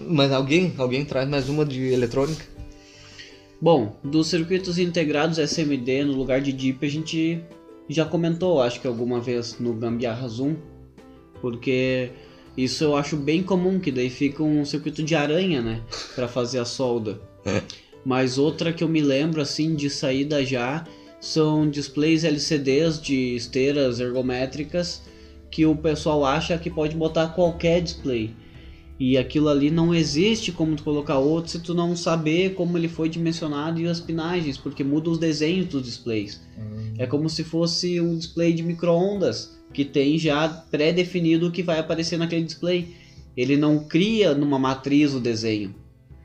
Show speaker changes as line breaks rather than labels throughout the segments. Mas alguém, alguém traz mais uma de eletrônica?
Bom, dos circuitos integrados SMD no lugar de DIP a gente já comentou, acho que alguma vez no Gambiarra Zoom, porque isso eu acho bem comum, que daí fica um circuito de aranha, né, para fazer a solda. Mas outra que eu me lembro assim de saída já são displays LCDs de esteiras ergométricas que o pessoal acha que pode botar qualquer display. E aquilo ali não existe como tu colocar outro se tu não saber como ele foi dimensionado e as pinagens, porque muda os desenhos dos displays. Hum. É como se fosse um display de micro-ondas, que tem já pré-definido o que vai aparecer naquele display. Ele não cria numa matriz o desenho.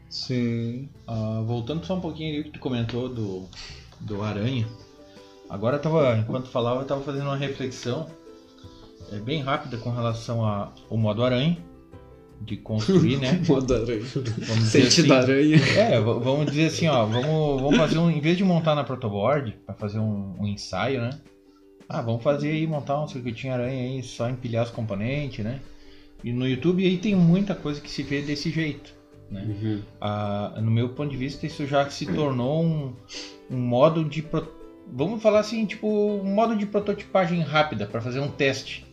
Sim.
Uh, voltando só um pouquinho ali que tu comentou do, do Aranha. Agora tava, enquanto falava, eu tava fazendo uma reflexão é, bem rápida com relação ao modo Aranha de construir, né?
Modo É aranha. Vamos Sentido assim, aranha.
É, vamos dizer assim, ó, vamos, vamos fazer um, em vez de montar na protoboard para fazer um, um, ensaio, né? Ah, vamos fazer aí montar um circuitinho aranha aí, só empilhar os componentes, né? E no YouTube aí tem muita coisa que se vê desse jeito, né? Uhum. Ah, no meu ponto de vista isso já se tornou um, um modo de pro... vamos falar assim tipo um modo de prototipagem rápida para fazer um teste.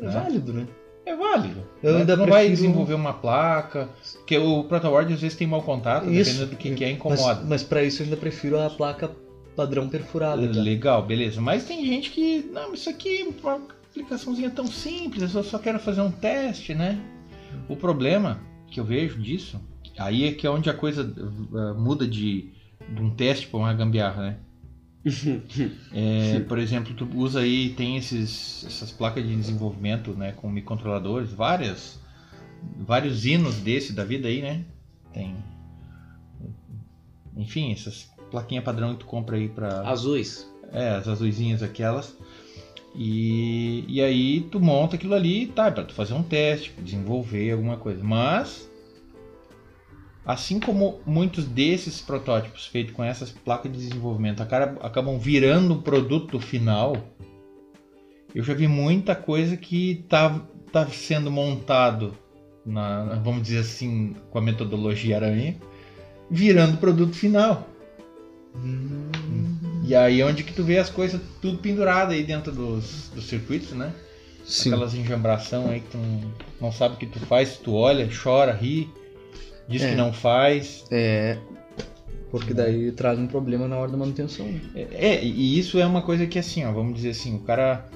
É né? válido, né?
É válido. Eu ainda não prefiro... vai desenvolver uma placa, porque o protoboard às vezes tem mau contato, isso. dependendo do que, que é incomoda.
Mas, mas para isso eu ainda prefiro a placa padrão perfurada.
Tá? Legal, beleza. Mas tem gente que, não, isso aqui é uma aplicaçãozinha tão simples, eu só quero fazer um teste, né? O problema que eu vejo disso, aí é que é onde a coisa eh, muda de, de um teste para uma gambiarra, né? É, por exemplo, tu usa aí, tem esses, essas placas de desenvolvimento né, com microcontroladores, várias, vários hinos desse da vida aí, né? Tem. Enfim, essas plaquinhas padrão que tu compra aí para
Azuis.
É, as azuisinhas aquelas. E, e aí tu monta aquilo ali, tá, para tu fazer um teste, desenvolver alguma coisa. Mas Assim como muitos desses protótipos feitos com essas placas de desenvolvimento acabam virando um produto final, eu já vi muita coisa que está tá sendo montado, na, vamos dizer assim, com a metodologia aranha, virando produto final. Hum. E aí é onde que tu vê as coisas tudo pendurado aí dentro dos, dos circuitos, né? Sim. Aquelas enjambração aí que tu não, não sabe o que tu faz, tu olha, chora, ri diz é. que não faz.
É. Porque daí traz um problema na hora da manutenção.
É, é e isso é uma coisa que assim, ó, vamos dizer assim, o cara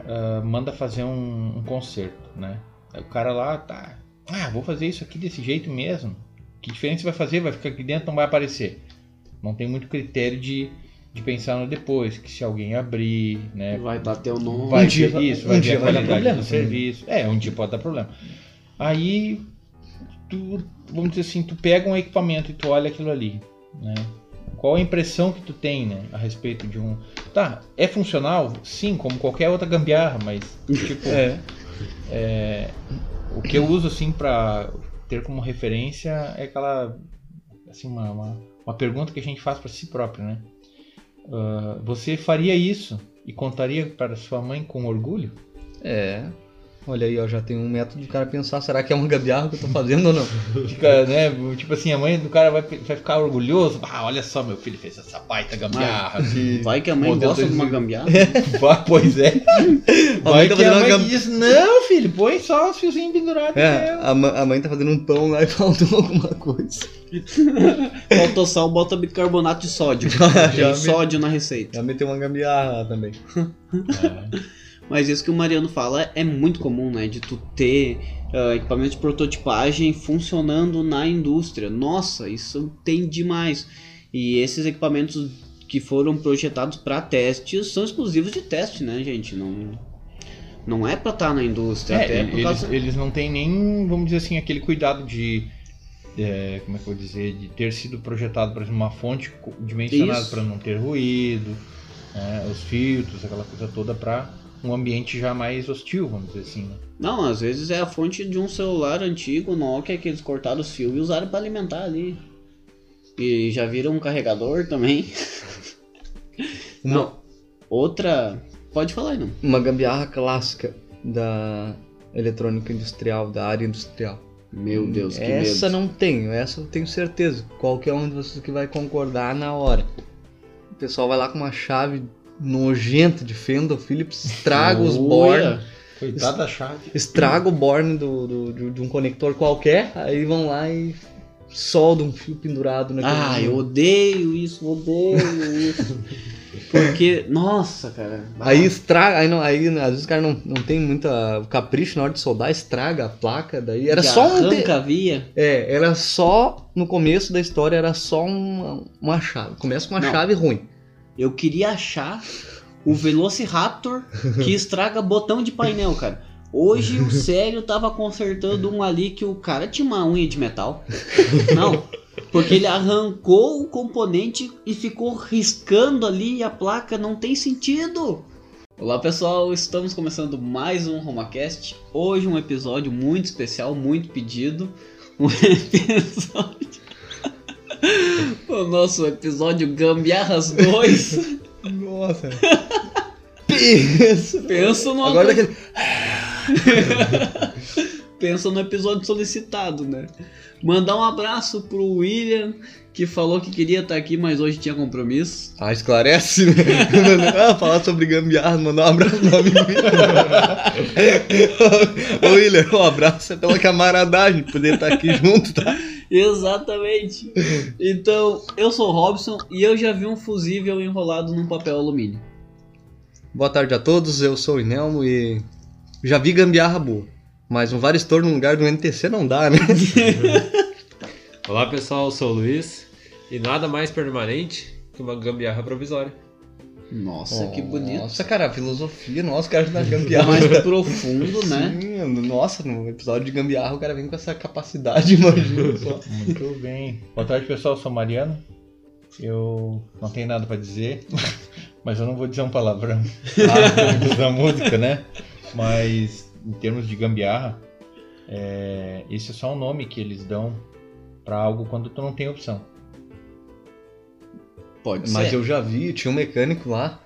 uh, manda fazer um, um concerto, né? Aí o cara lá tá, ah, vou fazer isso aqui desse jeito mesmo. Que diferença vai fazer? Vai ficar aqui dentro, não vai aparecer. Não tem muito critério de, de pensar no depois, que se alguém abrir, né?
É. Vai dar teu nome.
Vai um dia, isso, um vai dia vai dar problema, serviço. É, um dia pode dar problema. Aí tu, vamos dizer assim, tu pega um equipamento e tu olha aquilo ali, né? Qual a impressão que tu tem, né, a respeito de um? Tá, é funcional? Sim, como qualquer outra gambiarra, mas tipo, é. É, o que eu uso assim para ter como referência é aquela, assim, uma, uma, uma pergunta que a gente faz para si próprio, né? Uh, você faria isso e contaria para sua mãe com orgulho?
É. Olha aí, ó, já tem um método de cara pensar, será que é uma gambiarra que eu tô fazendo ou não?
Fica, né, tipo assim, a mãe do cara vai, vai ficar orgulhoso. Ah, olha só, meu filho fez essa baita gambiarra.
Ah, vai que a mãe gosta de uma gambiarra.
Vai, pois é.
A
vai
mãe tá
que a mãe
gamb...
diz, não, filho, põe só os fiozinhos pendurados.
É, a, ma a mãe tá fazendo um pão lá e faltou alguma coisa.
Faltou sal, bota bicarbonato de sódio. tem me... sódio na receita.
Já meteu uma gambiarra lá também.
É. Mas isso que o Mariano fala é muito comum, né? De tu ter uh, equipamento de prototipagem funcionando na indústria. Nossa, isso tem demais. E esses equipamentos que foram projetados para testes são exclusivos de teste, né, gente? Não, não é para estar na indústria.
É, eles, causa... eles não têm nem, vamos dizer assim, aquele cuidado de é, como é que eu vou dizer, de ter sido projetado para uma fonte dimensionada para não ter ruído, é, os filtros, aquela coisa toda para um ambiente já mais hostil, vamos dizer assim. Né?
Não, às vezes é a fonte de um celular antigo, Nokia, que eles cortaram os fios e usaram para alimentar ali. E já viram um carregador também. Uma... Não. Outra. Pode falar, não.
Uma gambiarra clássica da eletrônica industrial, da área industrial.
Meu Deus, que
essa
medo.
não tenho, essa eu tenho certeza. Qualquer um de vocês que vai concordar na hora. O pessoal vai lá com uma chave nojenta de fenda, o Phillips estraga os bornes.
Olha,
Coitada da chave.
Estraga o borne do, do- de, de um conector qualquer, aí vão lá e soldam um fio pendurado naquele.
Ah, eu odeio isso, odeio isso. Porque, nossa, cara.
Aí estraga, aí, não, aí às vezes o cara não, não tem muita capricho na hora de soldar, estraga a placa, daí era
Já
só um. de-
arranca a via.
É, era só. No começo da história era só uma, uma chave. Começa com uma
Não.
chave ruim.
Eu queria achar o Velociraptor que estraga botão de painel, cara. Hoje o Célio tava consertando um ali que o cara tinha uma unha de metal. Não, porque ele arrancou o componente e ficou riscando ali a placa, não tem sentido. Olá pessoal, estamos começando mais um RomaCast. Hoje um episódio muito especial, muito pedido. Um episódio. o nosso episódio Gambiarras 2.
Nossa. Pensa.
Pensa no,
Agora daquele.
pensa no episódio solicitado, né? Mandar um abraço pro William, que falou que queria estar aqui, mas hoje tinha compromisso.
Ah, esclarece, né? ah, falar sobre gambiarra, mandar um abraço pro amigo William. Ô, William, um abraço é pela camaradagem, poder estar aqui junto, tá?
Exatamente. Então, eu sou o Robson e eu já vi um fusível enrolado num papel alumínio.
Boa tarde a todos, eu sou o Inelmo e. Já vi gambiarra boa. Mas um varistor no lugar do NTC não dá, né?
Olá pessoal, eu sou o Luiz e nada mais permanente que uma gambiarra provisória.
Nossa, que bonito. é
Nossa, cara, a filosofia, nossa, o cara da gambiarra.
Mais profundo, né?
Sim, nossa, no episódio de gambiarra o cara vem com essa capacidade, imagina só.
Muito bem. Boa tarde, pessoal. Eu sou o Mariano. Eu não tenho nada pra dizer, mas eu não vou dizer um palavrão ah, da música, né? Mas em termos de gambiarra, é, esse é só um nome que eles dão pra algo quando tu não tem opção.
Pode
Mas
ser.
eu já vi, tinha um mecânico lá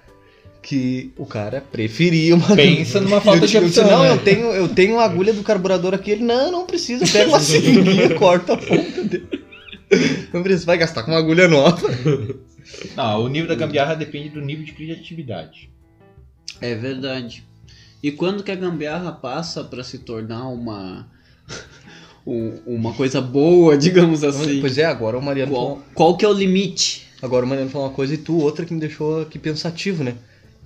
que o cara preferia uma.
Pensa numa falta de
Eu disse,
opção.
não,
né?
eu tenho, eu tenho a agulha do carburador aqui. Ele, não, não precisa, pega uma seringuinha e corta a ponta dele. Não precisa, vai gastar com uma agulha nova.
Não, o nível da gambiarra depende do nível de criatividade.
É verdade. E quando que a gambiarra passa pra se tornar uma um- uma coisa boa, digamos assim?
Pois é, então- agora o Mariano falou,
Qual, qual que é o limite?
agora o Mariano falou uma coisa e tu outra que me deixou aqui pensativo, né?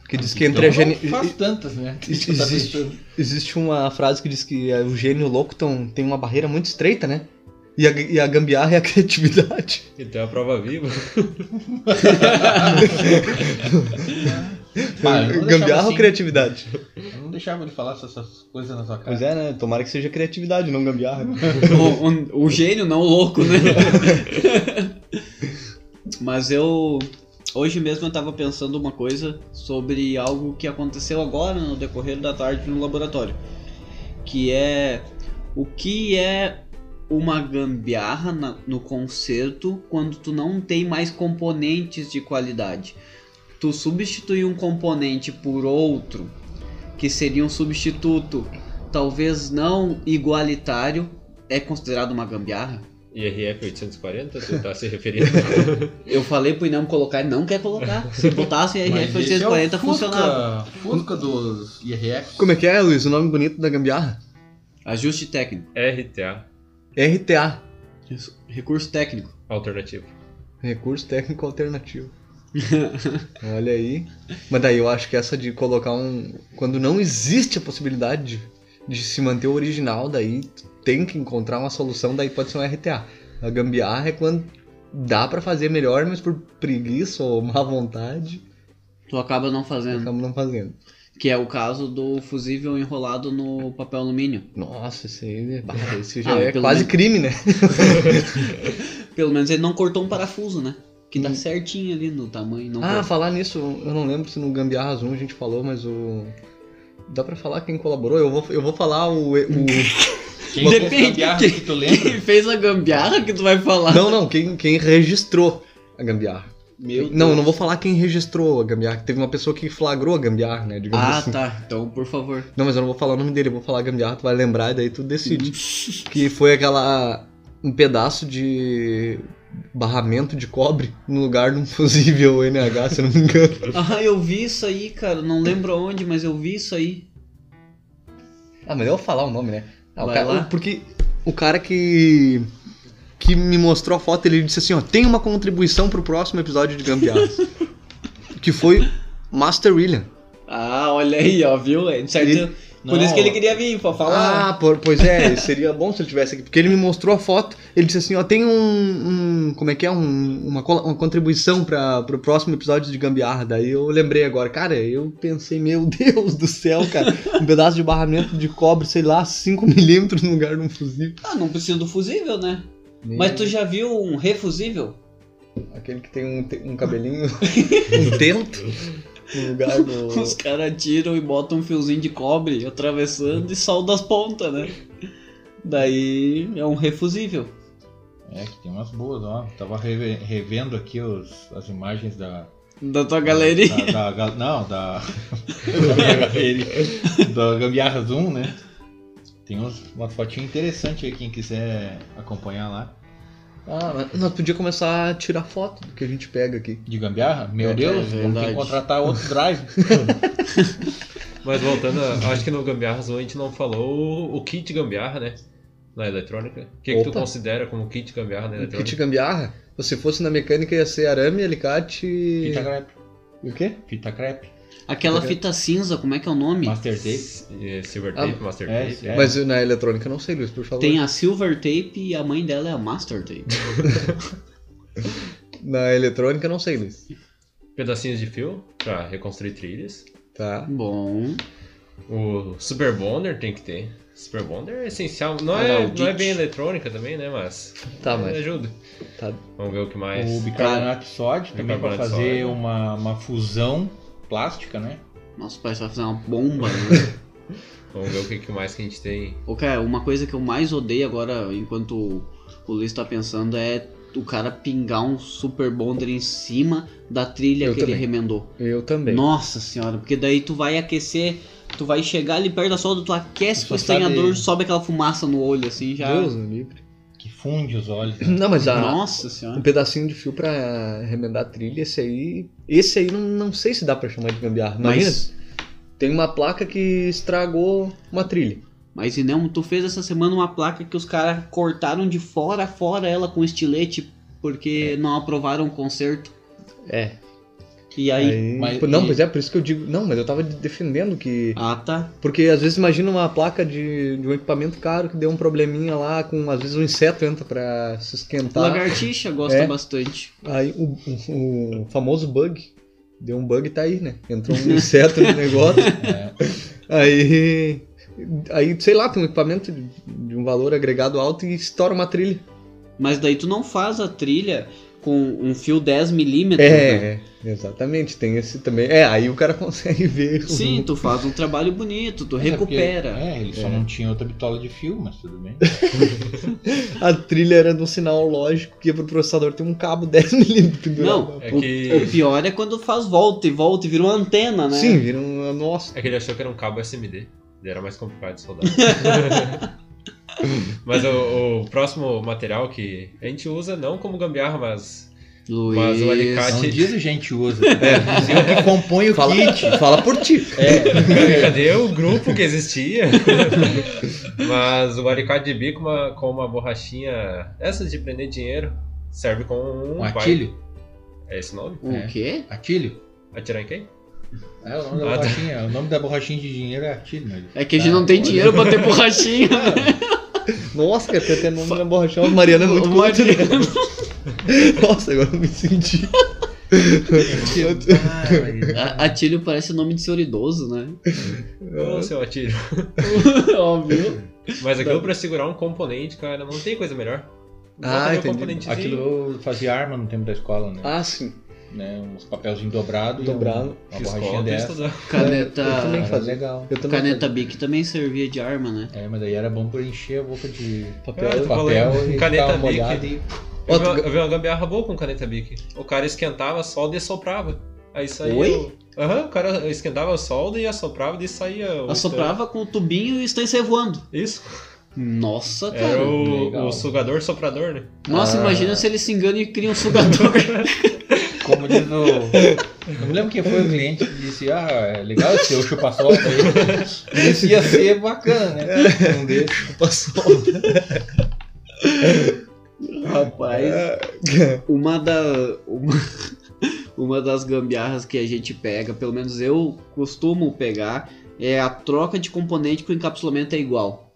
Porque diz que
Então,
entre a
não
geni...
Faz tantas, né?
Existe. Existe uma frase que diz que é, o gênio e o louco tão, tem uma barreira muito estreita, né? E a, e a gambiarra é a criatividade.
Então é a prova viva.
Pá, eu não
gambiarra
deixava
ou
assim.
criatividade?
Eu não deixava ele falar essas coisas na sua cara.
Pois é, né? Tomara que seja criatividade, não gambiarra.
o, o- o um, gênio, não o louco, né? Mas eu. Hoje mesmo eu tava pensando uma coisa sobre algo que aconteceu agora no decorrer da tarde no laboratório. Que é. O que é uma gambiarra na- no concerto quando tu não tem mais componentes de qualidade? Tu substitui um componente por outro, que seria um substituto talvez não igualitário, é considerado uma gambiarra?
IRF 840, tu tá se referindo?
Eu falei pro Inam colocar, ele não quer colocar. Se botasse
Mas
IRF
esse é o
840
Fusca-
funcionava.
Fusca dos IRF.
Como é que é, Luiz? O nome bonito da gambiarra?
Ajuste técnico.
RTA,
RTA.
Isso. Recurso técnico.
alternativo.
Recurso técnico alternativo. Olha aí. Mas daí eu acho que essa de colocar um. Quando não existe a possibilidade de, de se manter o original, daí tu tem que encontrar uma solução, daí pode ser um RTA. A gambiarra é quando dá pra fazer melhor, mas por preguiça ou má vontade,
Tu acaba não fazendo.
acabamos não fazendo.
Que é o caso do fusível enrolado no papel alumínio.
Nossa, isso aí. bah, Isso já
Ah,
é
pelo
quase
menos- Pelo menos ele não cortou um parafuso, né? Que dá
Hum.
certinho ali no tamanho. Não
Ah,
corta.
falar nisso, eu não lembro se no Gambiarra Zoom a gente falou, mas o. Dá pra falar quem colaborou? Eu vou, eu vou falar o. o-
Quem fez
Depende,
gambiarra
quem-
que tu lembra?
Quem fez a gambiarra que tu vai falar?
Não, não, quem, quem registrou a Gambiarra. não,
Meu
eu
Deus.
não vou falar quem registrou a gambiarra, que teve uma pessoa que flagrou a gambiarra, né? Digamos
Ah,
assim.
tá. Então, por favor.
Não, mas eu não vou falar o nome dele, eu vou falar a gambiarra, tu vai lembrar e daí tu decide. que foi aquela um pedaço de barramento de cobre no lugar de um fusível NH, se eu não me engano.
Ah, eu vi isso aí, cara. Não lembro onde, mas eu vi isso aí.
Ah, melhor eu falar o nome, né? Ah, o
Vai
cara-
lá.
porque o cara que que me mostrou a foto, ele disse assim, ó, tem uma contribuição pro próximo episódio de Gambiarra. que foi Master William.
Ah, olha aí, ó, viu? É, de certo-
Ele-
Por
Não,
isso que ele
ó.
queria vir pra falar.
Ah, por- pois é, seria bom se ele tivesse aqui. Porque ele me mostrou a foto, ele disse assim, ó, tem um, um- como é que é, um- uma, cola- uma contribuição para pro próximo episódio de Gambiarra. Daí eu lembrei agora, cara, eu pensei, meu Deus do céu, cara, um pedaço de barramento de cobre, sei lá, 5 milímetros no lugar de um fuzil.
Ah, não precisa do fusível, né? Mas tu já viu um refusível?
Aquele que tem um, te- um cabelinho, um dento no lugar do...
Os caras tiram e botam um fiozinho de cobre atravessando e solda as pontas, né? Daí é um refusível.
É, que tem umas boas, ó. Tava reve- revendo aqui os, as imagens da.
Da tua galeria.
da- da- ga- não, da. da minha galeria. Da Gambiarra Zoom, né? Tem uns, uma fotinha interessante aí, quem quiser acompanhar lá.
Ah, mas nós podíamos começar a tirar foto do que a gente pega aqui.
De Gambiarra? Meu
É, é
Deus, vamos ter
verdade.
que contratar outro drive.
Mas voltando, a- acho que no Gambiarra Zoom a gente não falou o- o kit Gambiarra, né? Na eletrônica. O que, que tu
Opa.
considera como kit Gambiarra na
O Um kit
eletrônica?
gambiarra, se fosse na mecânica ia ser arame, alicate... e-
Fita crepe.
O quê?
Fita crepe.
Aquela fita cinza, como é que é o nome?
Master tape.
S- Silver
Ah,
Tape, Master
é,
Tape.
é.
Mas na eletrônica eu não sei, Luiz, por favor.
Tem a Silver Tape e a mãe dela é a Master Tape.
Na eletrônica eu não sei, Luiz.
Pedacinhos de fio pra reconstruir trilhas.
Tá.
Bom,
O Super Bonder tem que ter. Super Bonder é essencial. Não, é,
Heraldite.
não é bem eletrônica também, né? Mas.
Tá, mas.
Ajuda.
Tá.
Vamos ver o que mais.
O bicarbonato de sódio também para
Bicarbonato de
fazer
sódio. né?
uma, uma fusão plástica, né?
nosso pai vai fazer uma bomba. Né?
Vamos ver o que, que mais que a gente tem.
Ô, cara, uma coisa que eu mais odeio agora, enquanto o- o Luiz tá pensando, é o cara pingar um super bonder em cima da trilha
Eu
que ele
também.
remendou.
Eu também.
Nossa senhora, porque daí tu vai aquecer, tu vai chegar ali perto da solda, tu aquece
Só
com o estranhador,
sabe-
sobe aquela fumaça no olho, assim, já.
Deus me livre.
Que funde os né? olhos.
Não, mas a,
Nossa senhora.
um pedacinho de fio pra remendar a trilha, esse aí. Esse aí não, não sei se dá pra chamar de gambiarra. Imagina,
Mas,
tem uma placa que estragou uma trilha.
mas e não, tu fez essa semana uma placa que os caras cortaram de fora a fora ela com estilete porque não aprovaram o conserto.
É.
E aí.
Aí,
mas-
pô, não,
e-
pois é, por isso que eu digo. Não, mas eu tava defendendo que.
Ah tá.
Porque às vezes imagina uma placa de, de um equipamento caro que deu um probleminha lá, com às vezes um inseto entra pra se esquentar.
Lagartixa gosta
Tá. É.
bastante.
Aí o, o- o famoso bug. Deu um bug e tá aí, né? Entrou um inseto no negócio. Aí. Aí, sei lá, tem um equipamento de, de um valor agregado alto e estoura uma trilha.
Mas daí tu não faz a trilha com um fio 10mm. né?
É, exatamente, tem esse também. É, aí o cara consegue ver. o-
Sim, tu faz um trabalho bonito, tu
Mas é porque-
recupera.
É, ele só
É.
não tinha outra bitola de fio, mas tudo bem.
A trilha era de um sinal lógico que ia pro processador ter um cabo 10mm pendurado.
Não,
É
o,
que-
o pior é quando faz volta e volta e vira uma antena, né?
Sim, vira um. Nossa.
É que ele achou que era um cabo SMD. Ele era mais complicado de soldar. mas o, o próximo material que a gente usa, não como gambiarra, mas.
Luiz.
Mas É. o alicate-
Não diz o gente usa. Dizem o que compõe o
Fala,
kit.
fala por ti.
Cadê o grupo que existia? mas o alicate de bico uma- com uma borrachinha. Essas de prender dinheiro. Serve com um.
Um
pai-
atilho?
É esse o nome?
O
É.
quê?
Atilho?
Atirar em quem?
É o nome da
Ah, tá.
borrachinha. O nome da borrachinha de dinheiro é atilho, né?
É que a gente
Ah,
não tem dinheiro pra ter borrachinha.
Nossa, cara, tem até nome na borrachão. Mariana é muito
Ô,
culta, né?
Mariana.
Nossa, agora eu me senti.
A- Atílio parece nome de senhor idoso, né?
Ô, seu atiro.
Óbvio.
Mas aquilo pra segurar um componente, cara, não tem coisa melhor. Bota
Ah,
ali um
entendi.
componentezinho.
Aquilo eu fazia arma no tempo da escola, né?
Ah, sim.
né, uns papelzinhos dobrados.
Dobrado.
Uma
Fiz
borrachinha
conta e
dessa.
estudava.
Caneta,
Eu também
Era
fazia.
legal.
Eu também
caneta Bic também servia de arma, né?
É, mas daí era bom pra encher a boca de
Papel.
É, tu falou
papel
em
e
caneta
dar uma
Bic.
olhada e...
Eu
Ó,
vi,
tu
uma,
ga-
eu vi uma gambiarra boa com caneta Bic. O cara esquentava a solda e soprava. Aí saía.
Oi?
o- Aham, o cara esquentava a solda e assoprava, daí saía. o-
Assoprava com o tubinho e o stencil voando.
Isso.
Nossa, cara.
Era o,
legal.
o sugador soprador, né?
Nossa,
Ah.
imagina se ele se engana e cria um sugador.
Como diz o. Não me lembro quem foi o cliente que disse: Ah, é legal esse seu chupa-sol aí. Isso ia ser bacana, né? Um desses.
Passou. É
Rapaz. Uma, da, uma, uma das gambiarras que a gente pega, pelo menos eu costumo pegar, é a troca de componente que o encapsulamento é igual.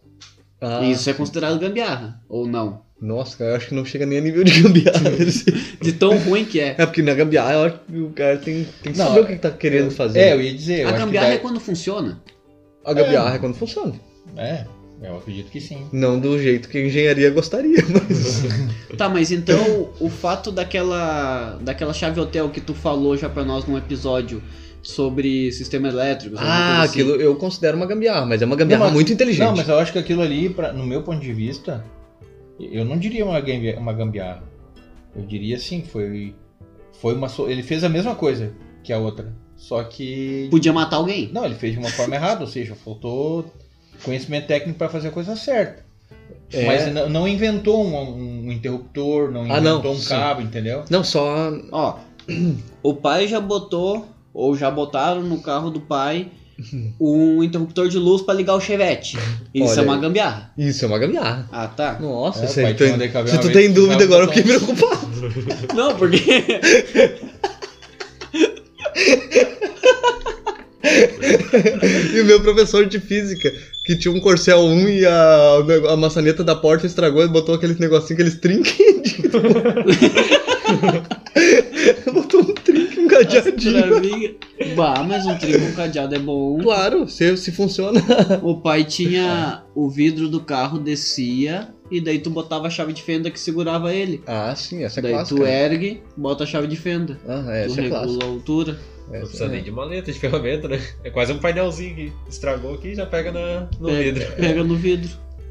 Ah,
Isso é considerado gambiarra, ou não?
Nossa, cara, eu acho que não chega nem a nível de gambiarra.
De tão ruim que é.
é porque na gambiarra eu acho que o cara tem, tem que
Não,
saber o que tá querendo fazer.
É, eu ia dizer. Eu
A
acho que
gambiarra é
daí-
quando funciona.
a gambiarra é quando funciona.
É, eu acredito que sim.
Não do jeito que a engenharia gostaria, mas.
Tá, mas então o fato daquela daquela chave hotel que tu falou já pra nós num episódio sobre sistema elétrico. alguma
ah,
coisa assim.
aquilo eu considero uma gambiarra, mas é uma gambiarra
Não, mas-
muito inteligente.
Não, mas eu acho que aquilo ali, pra- no meu ponto de vista, eu não diria uma, gambia- uma gambiarra. Eu diria sim, foi. Foi uma. so- Ele fez a mesma coisa que a outra. Só que.
Podia matar alguém.
Não, ele fez de uma forma errada, ou seja, faltou conhecimento técnico para fazer a coisa certa.
É.
Mas não, não inventou um, um interruptor, não
Ah,
inventou
não,
um
sim.
cabo, entendeu?
Não, só.
Ó, o pai já botou, ou já botaram no carro do pai, um interruptor de luz pra ligar o chevette. Isso
Olha
é uma
aí.
gambiarra.
Isso é uma gambiarra.
Ah, tá.
Nossa,
É,
se
pai,
tu,
te mandei caber
se
uma
tu
vez,
tem tá dúvida
precisava
agora, eu
botar
fiquei preocupado.
Não, porque.
E o meu professor de física, que tinha um corcel 1 e a, o nego- a maçaneta da porta estragou e botou aquele negocinho, aqueles trinquetes. botou um trinque, um cadeadinho.
pra mim- Bah, mas um trigo com cadeado é bom.
Claro, se, se funciona.
O pai tinha.
É.
O vidro do carro descia, e daí tu botava a chave de fenda que segurava ele.
Ah, sim, essa é
daí
clássica.
tu ergue, bota a chave de fenda.
Ah, é,
tu
essa é
regula
clássica.
a altura.
Essa- é.
Não precisa nem de maleta, de ferramenta, né? É quase um painelzinho que estragou aqui e já pega na, no vidro.
Pega no vidro.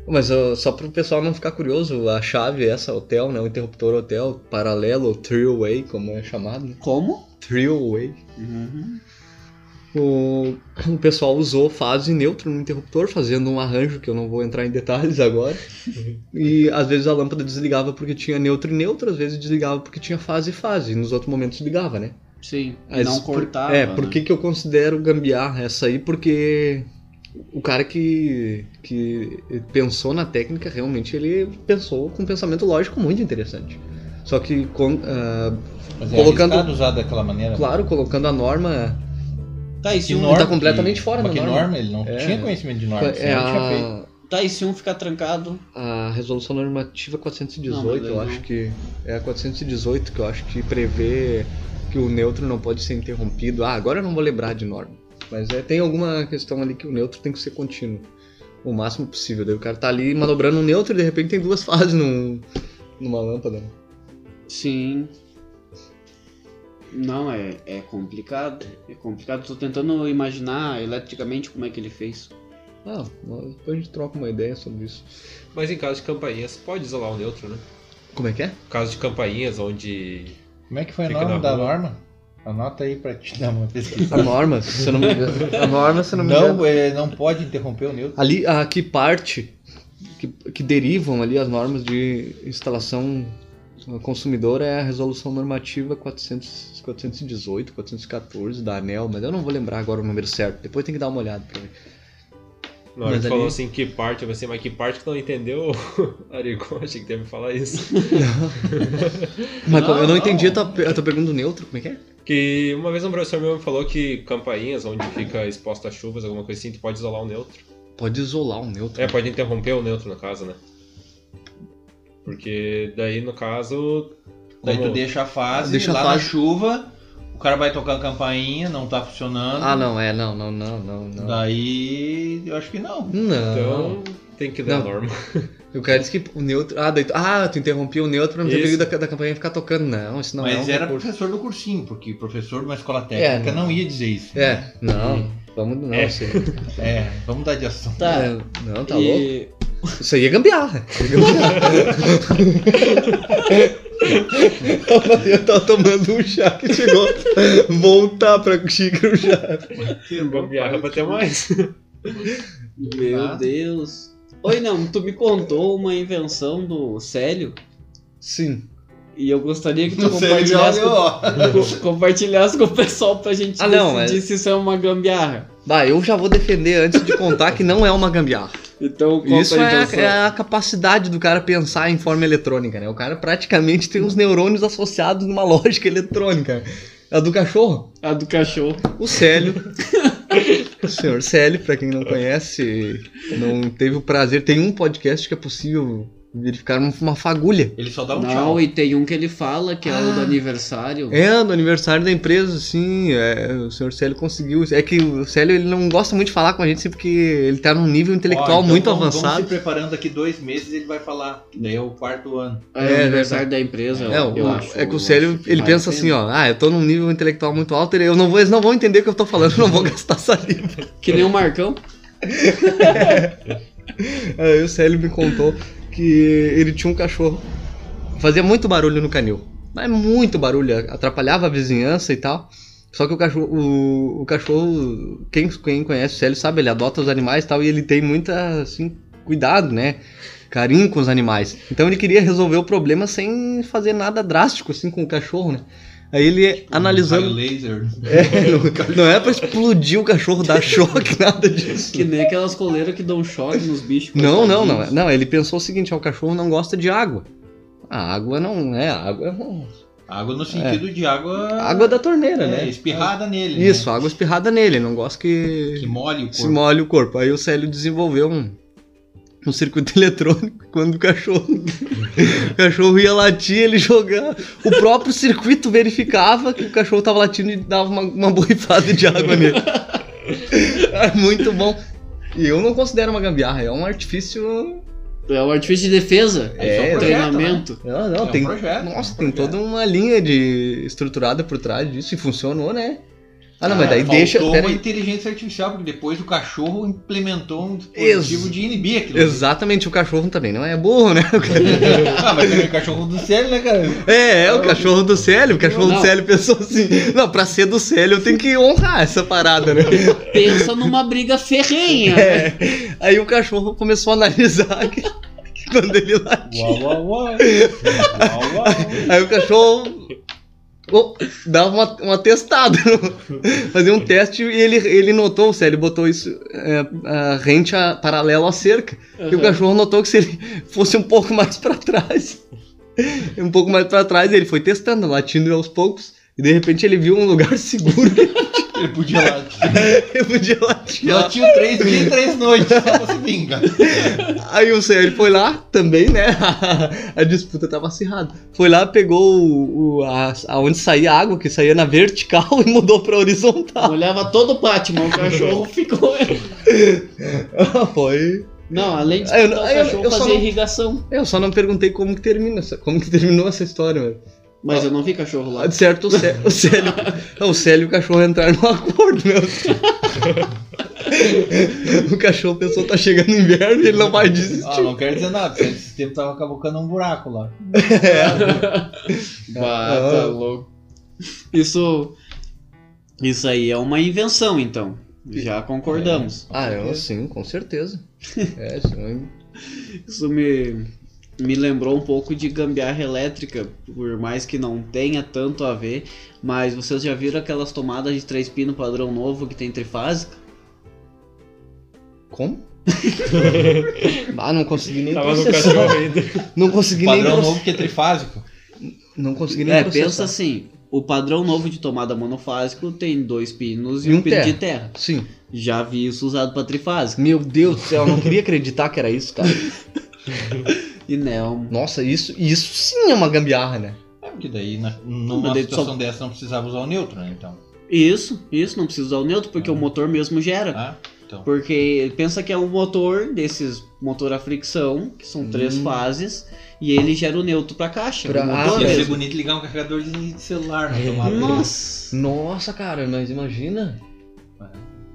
Mas ó, só pro pessoal não ficar curioso, a chave é essa hotel, né? O interruptor hotel, paralelo, ou three-way, como é chamado, né?
Como?
Three-way.
Uhum.
O, o pessoal usou fase neutra no interruptor, fazendo um arranjo que eu não vou entrar em detalhes agora.
Uhum.
e às vezes a lâmpada desligava porque tinha neutro e neutro, às vezes desligava porque tinha fase e fase. e Nos outros momentos ligava, né?
Sim. e
Mas
não
por-
cortava.
Ah,
É, por
né?
que que eu considero gambiarra essa aí? Porque o cara que, que pensou na técnica, realmente ele pensou com um pensamento lógico muito interessante. Só que, com- ah,
Mas é
Colocando-
arriscado usar daquela maneira. né?
claro, colocando a norma.
Tá, e
Que
se um
norma? tá completamente fora
mas
da
que
norma.
Ele não
É.
tinha conhecimento de norma. senão
é
ele tinha feito.
a,
Tá, e se um ficar trancado?
a resolução normativa 418,
Não, mas daí
eu
não.
acho que é a 418 que eu acho que prevê que o neutro não pode ser interrompido. Ah, agora eu não vou lembrar de norma, mas é, tem alguma questão ali que o neutro tem que ser contínuo o máximo possível. Daí o cara tá ali manobrando o neutro e de repente tem duas fases num, numa lâmpada. né?
Sim. Não, é, é complicado. É complicado. Tô tentando imaginar eletricamente como é que ele fez.
Ah, depois a gente troca uma ideia sobre isso.
Mas em caso de campainhas, pode isolar o neutro, né?
Como é que é?
Caso de campainhas onde.
Como é que foi o
Fica
nome
na
da
rua.
norma? Anota aí pra te dar uma pesquisa.
A norma, se eu não me engano. A norma, se eu não me engano.
Não, é, não pode interromper o neutro.
Ali, a que parte que, que derivam ali as normas de instalação consumidora é a resolução normativa 400, 418, 414 da ANEL, mas eu não vou lembrar agora o número certo, depois tem que dar uma olhada pra ver.
Na hora
Mas
que
ali-
falou assim, que parte? Eu pensei, mas que parte que não entendeu? Arigo, achei que teve que falar isso.
Mas
Não,
eu não
não.
entendi a tua, pe- a tua pergunta do neutro, como é que é?
Que uma vez um professor meu me falou que campainhas onde fica exposta a chuvas, alguma coisa assim, tu pode isolar o neutro.
Pode isolar o neutro.
É, pode interromper o neutro no caso, né? Porque daí no caso.
Daí
como-
tu deixa a fase,
Deixa a
lá
fase.
na chuva, O cara vai tocar a campainha, não tá funcionando.
Ah, não, é, não, não, não, não, não.
Daí eu acho que não.
Não.
Então tem que dar
Ah. Não.
norma.
O cara disse que o neutro. Ah, daí tu... ah tu interrompeu o neutro pra não ter
Isso.
perigo da, da campanha ficar tocando. Não, isso não é
Mas
um
era
recurso.
professor do cursinho, porque professor de uma escola técnica
É,
não.
não.
ia dizer isso.
É, não. Vamos, não,
É.
isso aí.
É, vamos dar de ação.
Tá.
É, não, tá louco.
e
Isso aí é gambiarra. Isso aí é gambiarra. Eu tava tomando um chá que chegou. Voltar pra xícara o chá.
um
Gambiarra pra ter mais.
Meu
Ah.
Deus. Oi, não, tu me contou uma invenção do Célio
Sim.
e eu gostaria que tu
Não sei, ele
compartilhasse,
olhou,
com,
ó.
co- compartilhasse com o pessoal pra gente
Ah,
decidir
não,
se isso é uma gambiarra.
Bah, eu já vou defender antes de contar que não é uma gambiarra.
Então, conta
Isso
a
é a,
invenção.
é a capacidade do cara pensar em forma eletrônica, né? O cara praticamente tem uns neurônios associados numa lógica eletrônica. É A do cachorro.
a do cachorro.
O Célio. o senhor Célio, pra quem não conhece, não teve o prazer. Tem um podcast que é possível verificar uma, uma fagulha.
Ele só dá um
Não,
tchau.
e tem um que ele fala que é o do
Ah.
aniversário.
É, no aniversário da empresa, sim. é, o senhor Célio conseguiu. É que o Célio ele não gosta muito de falar com a gente, sim, porque ele tá num nível intelectual
Ó, então
muito
vamos- Vamos
avançado.
se preparando daqui dois meses ele vai falar. Daí é o quarto ano.
É,
É,
o aniversário da empresa,
É,
eu,
o-
então. eu acho.
é que o
eu
Célio,
acho que
ele
vale
pensa
a pena.
assim, ó, ah, eu tô num nível intelectual muito alto, eu não vou, eles não vão entender o que eu tô falando, eu não vou gastar saliva.
Que nem o Marcão.
Aí É, o Célio me contou que ele tinha um cachorro, fazia muito barulho no canil, mas muito barulho, atrapalhava a vizinhança e tal. Só que o cachorro, o, o cachorro quem, quem conhece o Célio sabe, ele adota os animais e tal, e ele tem muita, assim, cuidado, né? Carinho com os animais. Então ele queria resolver o problema sem fazer nada drástico, assim, com o cachorro, né? Aí ele, analisando...
Raio laser.
É, não, não é pra explodir o cachorro, dar choque, nada disso.
Que nem aquelas coleiras que dão choque nos bichos.
Não, não, não.
coitadinhos.
Não, ele pensou o seguinte: ó, o cachorro não gosta de água. A água não é água. é um-
Água no sentido de água.
É. Água da torneira,
é,
né?
espirrada nele. né?
Isso, água espirrada nele. Ele não gosta que,
Que molha o corpo.
se molhe o corpo. Aí o Célio desenvolveu um, um circuito eletrônico quando o cachorro, o cachorro ia latir, ele jogava. O próprio circuito verificava que o cachorro tava latindo e dava uma, uma borrifada de água nele. Era muito bom. E eu não considero uma gambiarra, é um artifício.
É um artifício de defesa.
É,
É,
só um projeto,
treinamento.
Não,
né? É
não,
um
tem.
projeto.
Nossa,
é um
tem
projeto.
toda uma linha de estruturada por trás disso e funcionou, né? Ah, não, mas
Ah,
daí
faltou
deixa.
uma
pera aí.
inteligência artificial, porque depois o cachorro implementou um dispositivo
Ex-
de inibir aquilo.
Exatamente, o cachorro também não é burro, né? O cara-
ah, mas também o cachorro do Célio, né, cara?
É, é o cachorro do Célio. O cachorro
Não.
do Célio pensou assim: não, pra ser do Célio eu tenho que honrar essa parada, né?
pensa numa briga ferrenha.
É. Aí o cachorro começou a analisar que, que quando ele lá.
Uau, uau, uau. Uau, uau.
Aí o cachorro. oh, dava uma, uma testada, fazia um teste e ele, ele notou, o Célio botou isso é, a, rente a, paralelo à cerca. E o cachorro notou que se ele fosse um pouco mais pra trás, um pouco mais pra trás, ele foi testando, latindo aos poucos, e de repente ele viu um lugar seguro que
Ele podia lá.
ele podia latir.
Ela tinha três dias e três noites, só pra se vingar.
Aí o Senhor foi lá também, né? A disputa tava acirrada. Foi lá, pegou o, o- a, aonde saía a água, que saía na vertical, e mudou pra horizontal.
Olhava todo o pátio, mas o cachorro ficou.
Foi.
Não, além de
Ah, eu
escutar,
não-
o
eu-
cachorro
eu só
fazia
não-
irrigação.
Eu só não perguntei como que, termina, essa- como que terminou essa história, velho.
Mas eu não vi cachorro lá.
Ah, De certo, o Cé- o Célio, não, o Célio e o cachorro entraram num acordo, meu. o cachorro pensou, tá chegando inverno e ele não vai desistir.
Ah, não quero dizer nada, Célio, esse tempo tava cavocando um buraco lá.
Bah, tá
Ah.
louco. Isso. Isso aí é uma invenção, então. Já concordamos.
Ah, eu sim, com certeza. É, sim.
Isso me, me lembrou um pouco de gambiarra elétrica, por mais que não tenha tanto a ver. Mas vocês já viram aquelas tomadas de três pinos padrão novo que tem trifásica?
Como? ah, não consegui nem
Tava no
processar.
cachorro ainda.
Não consegui nem
Padrão
processar.
novo que é trifásico.
Não consegui nem
É, pensa
processar.
assim. O padrão novo de tomada monofásico tem dois pinos e,
E
um,
um
pino
terra.
de terra.
Sim.
Já vi isso usado pra trifásica.
Meu Deus do céu, eu não queria acreditar que era isso, cara.
E não.
Nossa, isso, isso sim é uma gambiarra, né?
É, porque daí na, numa
mas daí tu
situação dessa não precisava usar o neutro, né? Então.
Isso, isso, não precisa usar o neutro, porque o motor mesmo gera.
Ah, então.
Porque pensa que é um motor desses motor a fricção, que são três
Hum.
fases, e ele gera o neutro pra caixa.
Pra-
do
ah,
motor
tá.
Ia ser
mesmo.
bonito ligar um carregador de de celular na
É.
tomada.
Nossa!
Nossa, cara, mas imagina.
É.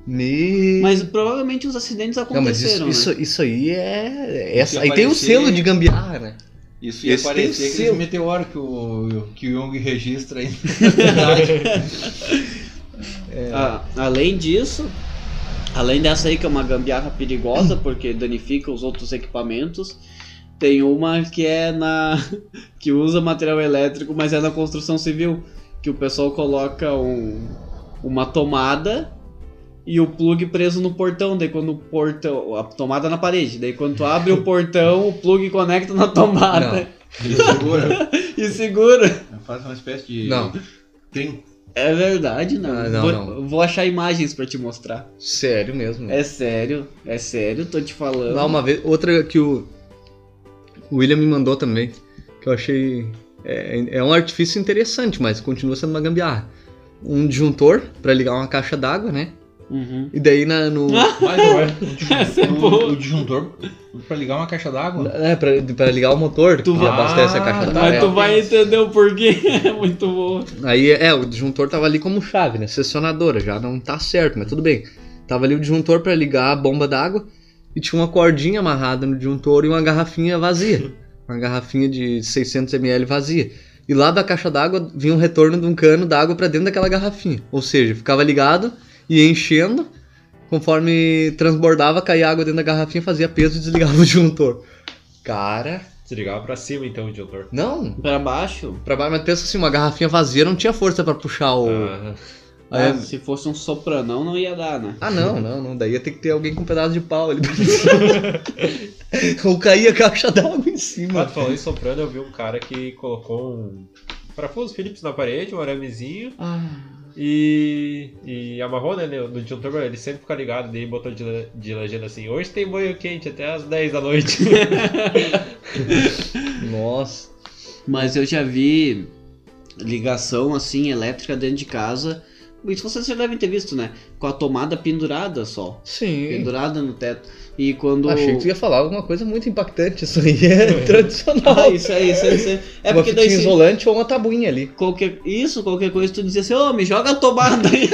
Me...
Mas provavelmente os acidentes
Não, mas
aconteceram. né?
isso, isso, isso aí é. Essa,
Se
aí tem o
aparecer-
selo de gambiarra, né?
Isso ia
Esse tem
parecer
o
aqueles
selo.
meteoros que o, que o Jung registra aí.
é-
né? Ah, além disso, além dessa aí que é uma gambiarra perigosa, porque danifica os outros equipamentos, tem uma que é na. que usa material elétrico, mas é na construção civil. Que o pessoal coloca um, uma tomada e o plug preso no portão, daí quando o portão. A tomada na parede, daí quando tu abre o portão, o plug conecta na tomada
Ele segura.
e segura.
Faz uma espécie de.
Não,
Trim.
É verdade, não.
Ah, não,
vou,
não. Hum.
vou achar imagens pra te mostrar.
sério mesmo.
É então. sério, é sério, tô te falando.
Lá uma vez, outra que o o William me mandou também, que eu achei. É, é um artifício interessante, mas continua sendo uma gambiarra. Um disjuntor pra ligar uma caixa d'água, né?
Uhum.
E daí na, no.
Mas não é. O
Essa é
disjuntor,
boa.
o, o disjuntor pra ligar uma caixa d'água.
É, pra, pra ligar o motor
Tu
que
vai-
abastece a caixa
Ah,
d'água.
Mas
É.
tu vai entender o porquê. É muito bom.
Aí, é, o disjuntor tava ali como chave, né? Sessionadora, já não tá certo, mas tudo bem. Tava ali o disjuntor pra ligar a bomba d'água e tinha uma cordinha amarrada no disjuntor e uma garrafinha vazia. Uma garrafinha de 600ml vazia. E lá da caixa d'água vinha um retorno de um cano d'água pra dentro daquela garrafinha. Ou seja, ficava ligado e enchendo. Conforme transbordava, caía água dentro da garrafinha, fazia peso e desligava o disjuntor. Cara,
Se ligava pra cima então o disjuntor.
não.
Pra baixo,
Pra baixo, mas pensa assim, uma garrafinha vazia não tinha força pra puxar o...
Ah,
É.
ah, se fosse um sopranão, não ia dar, né?
Ah, não, não, não. Daí ia ter que ter alguém com um pedaço de pau ali. pra cima. Ou cair a caixa d'água em
Quando
cima.
tu falou em soprano, eu vi um cara que colocou um parafuso Phillips na parede, um aramezinho,
Ah.
e, e amarrou né, no no disjuntor, pra ele sempre ficar ligado, daí botou de, la- de legenda assim, hoje tem banho quente até às 10 da noite.
Nossa.
Mas eu já vi ligação assim, elétrica dentro de casa. Isso vocês já devem ter visto, né? Com a tomada pendurada só.
Sim.
Pendurada no teto. E quando.
Achei que tu ia falar alguma coisa muito impactante. Isso aí é
Ah,
tradicional.
isso aí, isso aí, isso aí. É
uma
porque daí.
fitinha
se-
isolante ou uma tabuinha ali.
Qualquer, isso, qualquer coisa, tu dizia assim, ô, me joga a tomada aí,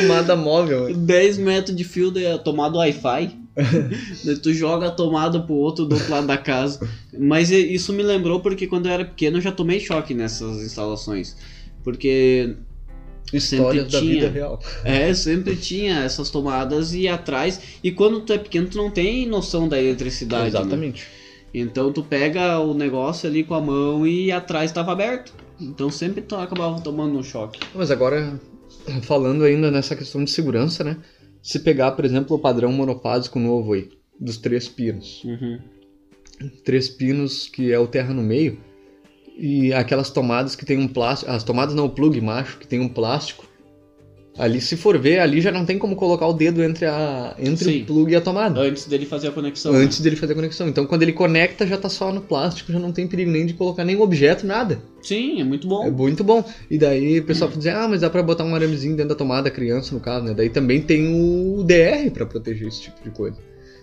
Tomada móvel.
10 metros de fio da tomada Wi-Fi. Daí tu joga a tomada pro outro do outro lado da casa. Mas e- isso me lembrou porque quando eu era pequeno eu já tomei choque nessas instalações. Porque
Histórias da
tinha.
vida real.
é, sempre tinha essas tomadas e atrás. E quando tu é pequeno, tu não tem noção da eletricidade. né?
Exatamente.
Então tu pega o negócio ali com a mão e atrás tava aberto. Então sempre tu acabava tomando um choque.
Mas agora, falando ainda nessa questão de segurança, né? Se pegar, por exemplo, o padrão monopásico novo aí, dos três pinos.
Uhum.
três pinos que é o terra no meio e aquelas tomadas que tem um plástico, as tomadas não o plug macho que tem um plástico. Ali se for ver, ali já não tem como colocar o dedo entre a entre
Sim. É,
o plug e a tomada.
Antes dele fazer a conexão. né?
Antes dele fazer a conexão. Então quando ele conecta já tá só no plástico, já não tem perigo nem de colocar nenhum objeto, nada.
Sim, é muito
É
bom.
muito bom. E daí o pessoal dizer: "Ah, mas dá pra botar um aramezinho dentro da tomada, criança no caso, né?" Daí também tem o DR pra proteger esse tipo de coisa.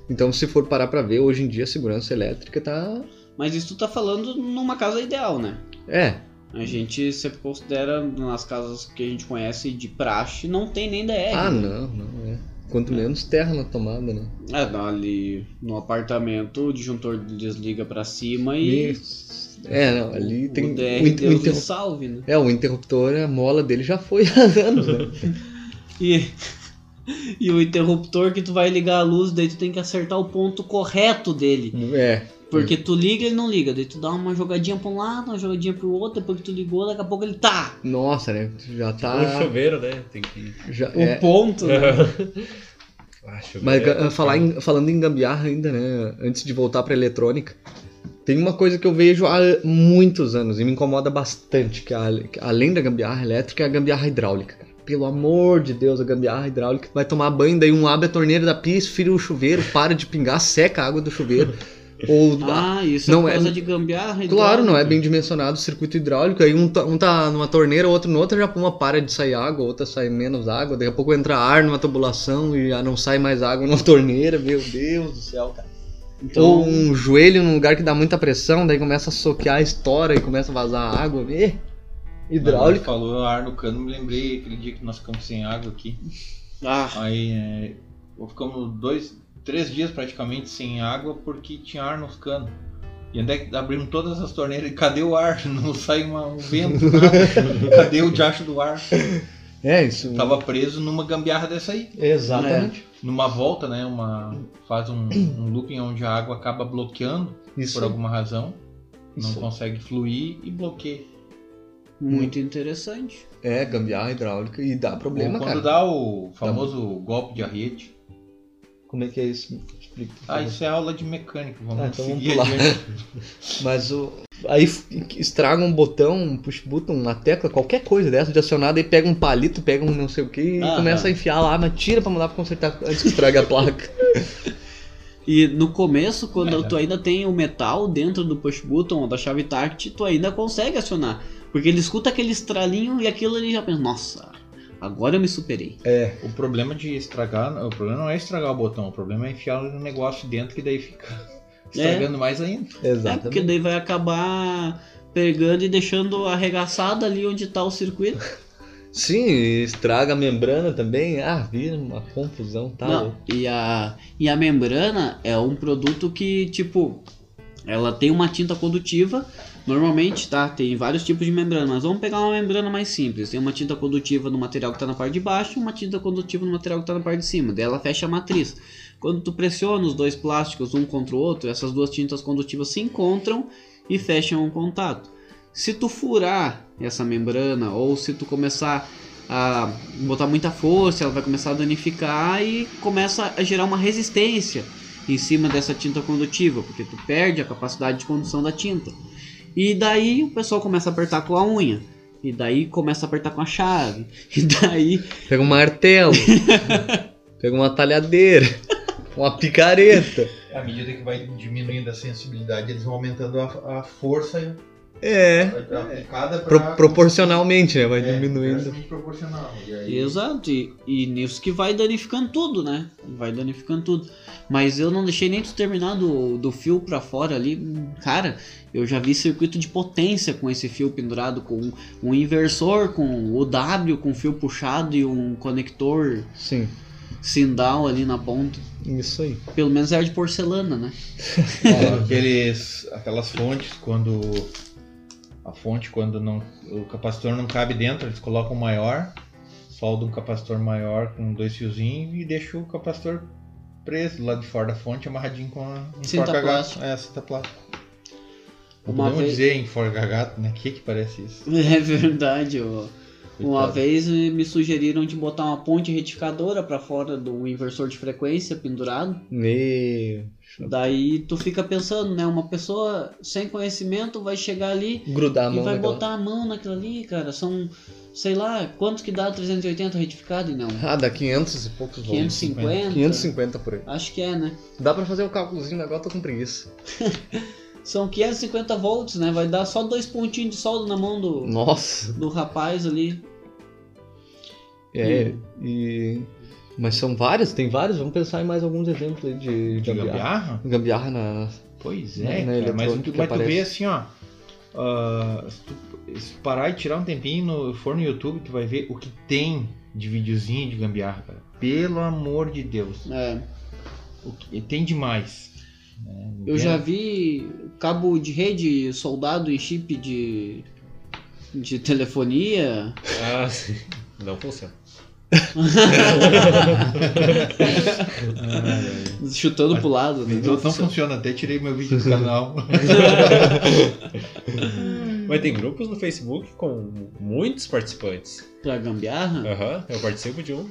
Então se for parar pra ver, hoje em dia a segurança elétrica tá
Mas isso tu tá falando numa casa ideal, né?
é,
A gente se considera nas casas que a gente conhece de praxe, não tem nem DR.
Ah,
né?
não, não é. Quanto menos terra na tomada, né?
É, dá ali no apartamento, o disjuntor desliga pra cima e.
Isso. É, não, ali
o
tem. O inter-
DR
o
Deus
interru-
me salve, né?
É, o interruptor, a mola dele já foi há anos, né?
E. E o interruptor que tu vai ligar a luz, daí tu tem que acertar o ponto correto dele.
É.
Porque tu liga ele não liga. Daí tu dá uma jogadinha pra um lado, uma jogadinha pro outro, depois que tu ligou, daqui a pouco ele tá!
Nossa, né? Já tá.
O chuveiro, né? Tem que.
Já,
O
é.
ponto, né?
Ah, chuveiro.
Mas ga- falar em- falando em gambiarra ainda, né? Antes de voltar pra eletrônica, tem uma coisa que eu vejo há muitos anos e me incomoda bastante, que, a- que além da gambiarra elétrica, é a gambiarra hidráulica. cara. Pelo amor de Deus, a gambiarra hidráulica vai tomar banho, daí um abre a torneira da pia, esfria o chuveiro, para de pingar, seca a água do chuveiro. Ou
Ah, isso
Não
é
é-
por causa de gambiarra.
Claro, não é
hidráulica.
bem dimensionado o circuito hidráulico. Aí um tá, um tá numa torneira, outro no outro, já uma para de sair água, outra sai menos água. Daqui a pouco entra ar numa tubulação e já não sai mais água numa torneira. Meu Deus do céu, cara. Ou
Então,
um joelho num lugar que dá muita pressão, daí começa a soquear, estoura e começa a vazar água. Ê,
Hidráulico.
hidráulico.
Falou ar no cano, me lembrei aquele dia que nós ficamos sem água aqui.
ah,
Aí é, ficamos dois, três dias praticamente sem água porque tinha ar nos canos. E onde é que abrimos todas as torneiras e cadê o ar? Não sai uma- um vento, nada. cadê o diacho do ar?
É isso.
Tava preso numa gambiarra dessa aí.
Exatamente.
Numa volta, né? Uma, faz um, um looping onde a água acaba bloqueando
Isso.
por alguma razão. Não
Isso.
consegue fluir e bloqueia.
Hum.
muito interessante.
É, gambiarra hidráulica e dá problema,
Ou
cara.
quando dá o famoso golpe de arriete.
Como é que é isso? Explica. por
Ah,
favor.
isso é aula de mecânico. Vamos
Ah, então vamos
seguir
pular.
adiante.
Mas o. Aí f- estraga um botão, um push button, uma tecla, qualquer coisa dessa de acionada, aí pega um palito, pega um não sei o que e
Ah,
começa a enfiar lá, mas tira pra mandar pra consertar antes que estrague a
É
placa.
E no começo, quando tu ainda tem o metal dentro do push button ou da chave tact, tu ainda consegue acionar. Porque ele escuta aquele estralinho e aquilo ele já pensa, nossa, agora eu me superei. É,
O problema de estragar, o problema não é estragar o botão, o problema é enfiar um negócio dentro que daí fica
É.
estragando mais ainda.
É, porque daí vai acabar pegando e deixando arregaçado ali onde tá o circuito.
Sim, e estraga a membrana também. Ah, vira uma confusão, tá?
Não, e a, e a membrana é um produto que, tipo, ela tem uma tinta condutiva. Normalmente, tá? Tem vários tipos de membrana, mas vamos pegar uma membrana mais simples. Tem uma tinta condutiva no material que tá na parte de baixo e uma tinta condutiva no material que tá na parte de cima. Daí ela fecha a matriz. Quando tu pressiona os dois plásticos um contra o outro, essas duas tintas condutivas se encontram e fecham o contato. Se tu furar essa membrana ou se tu começar a botar muita força, ela vai começar a danificar e começa a gerar uma resistência em cima dessa tinta condutiva, porque tu perde a capacidade de condução da tinta. E daí o pessoal começa a apertar com a unha, e daí começa a apertar com a chave, e daí
Pega um martelo, pega uma talhadeira, uma picareta.
À medida que vai diminuindo a sensibilidade, eles vão aumentando a, a força e
É.
a- a picada
pro-
pra...
proporcionalmente, né? Vai
É,
diminuindo.
inversamente proporcional. E
É
aí,
Exato, e, e nisso que vai danificando tudo, né? Vai danificando tudo. Mas eu não deixei nem tu terminar do, do fio pra fora ali. Hum, Cara, eu já vi circuito de potência com esse fio pendurado, com um, um inversor, com o W, com fio puxado e um conector
Sim,
sindal ali na ponta.
isso aí.
Pelo menos era de porcelana, né?
Ó, Aqueles, aquelas fontes, quando a fonte, quando não, o capacitor não cabe dentro, eles colocam o maior, soldam um capacitor maior com dois fiozinhos e deixam o capacitor preso lá de fora da fonte, amarradinho com a um
Cinta
enforca-gato.
plástica.
É, cinta plástica. Não
Uma
podemos
vez-
dizer enforca gato, né? O que que parece isso?
É verdade, ó. Uma
Coitado.
vez me me sugeriram de botar uma ponte retificadora pra fora do inversor de frequência pendurado.
Meu.
Daí tu fica pensando, né? Uma pessoa sem conhecimento vai chegar ali
Grudar a
e
mão
vai
naquela-
botar a mão naquilo ali, cara. São, sei lá, quanto que dá 380 retificado e não?
Ah, dá 500 e poucos volts.
550?
550 por aí.
Acho que é, né?
Dá pra fazer o cálculozinho, agora eu tô com preguiça.
São 550 volts, né? Vai dar só dois pontinhos de solda na mão do,
Nossa.
do rapaz ali.
É, e... Mas são vários, tem vários. Vamos pensar em mais alguns exemplos aí de,
De
gambiarra.
gambiarra?
Gambiarra na...
Pois
Na-
é,
na
cara, mas,
eletrônica
tu, mas tu
aparece.
vê assim, ó. ah, se, tu, se tu parar e tirar um tempinho no for no YouTube, tu vai ver o que tem de videozinho de gambiarra, cara. Pelo amor de Deus.
É.
O que, tem demais. né?
Eu já
É.
vi cabo de rede soldado em chip de. de telefonia.
Ah, sim. Não funciona.
Chutando pro
Ah,
lado, né?
Então não funciona, até tirei meu vídeo do canal.
Mas tem grupos no Facebook com muitos participantes.
Pra gambiarra.
Aham, eu participo de um.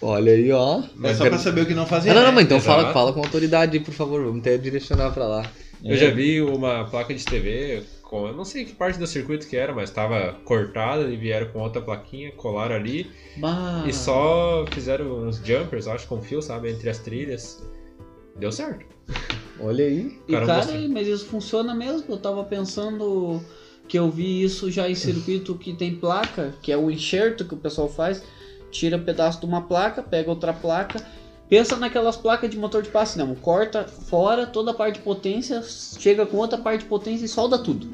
Olha aí, ó.
Mas só pra saber o que não fazer.
Ah, não, não,
né?
mas então fala,
Exato.
fala com autoridade aí, por favor. Vamos até direcionar pra lá.
Eu
É.
já vi uma placa de TV com, eu não sei que parte do circuito que era, mas estava cortada e vieram com outra plaquinha, colaram ali
É.
Bah.
e só fizeram uns jumpers, acho, com fio, sabe, entre as trilhas. Deu certo.
Olha aí.
E cara,
Cara,
assim.
você-
mas isso funciona mesmo. Eu tava pensando que eu vi isso já em circuito que tem placa, que é o enxerto que o pessoal faz, tira pedaço de uma placa, pega outra placa. Pensa naquelas placas de motor de passe, não. Corta fora toda a parte de potência, chega com outra parte de potência e solda tudo.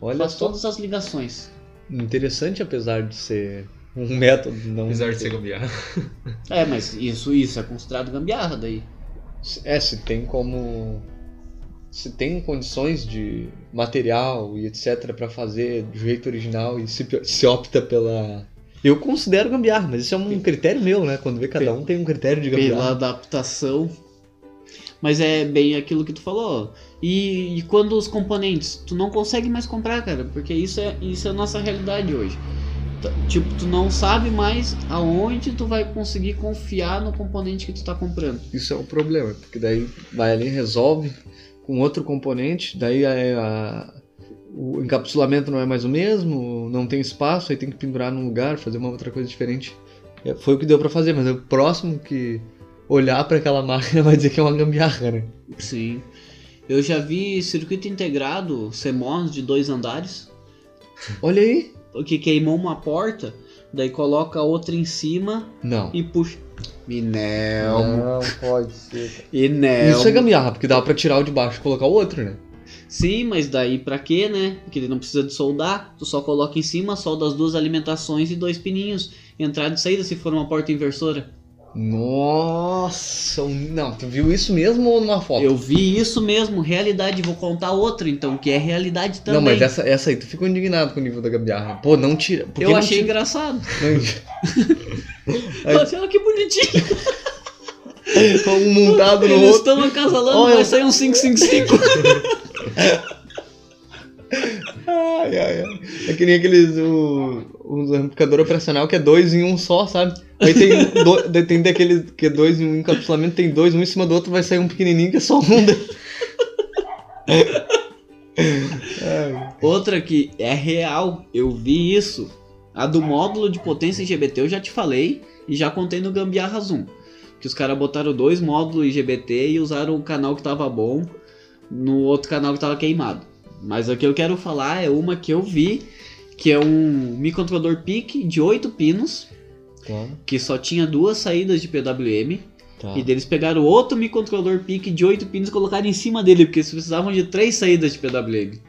Olha
Faz
só.
todas as ligações.
Interessante, apesar de ser um método não.
Apesar de ser gambiarra.
É, mas isso, isso é considerado gambiarra daí.
É, se tem como. Se tem condições de material e etc pra fazer do jeito original e se, se opta pela. Eu considero gambiarra, mas isso é um critério meu, né? Quando vê cada um tem um critério de
pela
gambiarra.
adaptação. Mas é bem aquilo que tu falou. E, e quando os componentes, tu não consegue mais comprar, cara, porque isso é isso é a nossa realidade hoje. T- Tipo, tu não sabe mais aonde tu vai conseguir confiar no componente que tu tá comprando.
Isso é o problema, porque daí vai ali e resolve com outro componente, daí a- a- o encapsulamento não é mais o mesmo, não tem espaço, aí tem que pendurar num lugar, fazer uma outra coisa diferente. É, foi o que deu pra fazer, mas é o próximo que olhar pra aquela máquina vai dizer que é uma gambiarra, né?
Sim. Eu já vi circuito integrado, CMOS de dois andares,
Olha aí!
que queimou uma porta, daí coloca outra em cima
Não.
e puxa. Minel.
Não pode ser.
Inel.
Isso é gambiarra, porque dava pra tirar o de baixo e colocar o outro, né?
Sim, mas daí pra quê, né? Porque ele não precisa de soldar. Tu só coloca em cima, solda as duas alimentações e dois pininhos. Entrada e saída se for uma porta inversora.
Nossa! um, Não, tu viu isso mesmo ou numa foto?
Eu vi isso mesmo, realidade. Vou contar outra então, que é realidade também.
Não, mas essa, essa aí tu ficou indignado com o nível da gambiarra. Pô, não tira. Por que
Eu
não
achei
tira?
engraçado.
Não- Aí-
Nossa, olha que bonitinho.
Um montado no
Eles
outro.
estão acasalando,
Olha,
vai
eu-
sair um 555.
Ai, ai, ai. É que nem aqueles. O, o amplificador operacional que é dois em um só, sabe? Aí tem, do, daí tem daquele que é dois em um encapsulamento, tem dois, um em cima do outro, vai sair um pequenininho que é só um. daí.
Outra que é real, eu vi isso. A do módulo de potência IGBT eu já te falei e já contei no Gambiarra Zoom. Que os caras botaram dois módulos IGBT e usaram o canal que tava bom no outro canal que tava queimado. Mas o que eu quero falar é uma que eu vi, que é um microcontrolador PIC de 8 pinos, que só tinha duas saídas de PWM.
Tá.
E deles pegaram outro microcontrolador PIC de 8 pinos e colocaram em cima dele, porque eles precisavam de três saídas de PWM.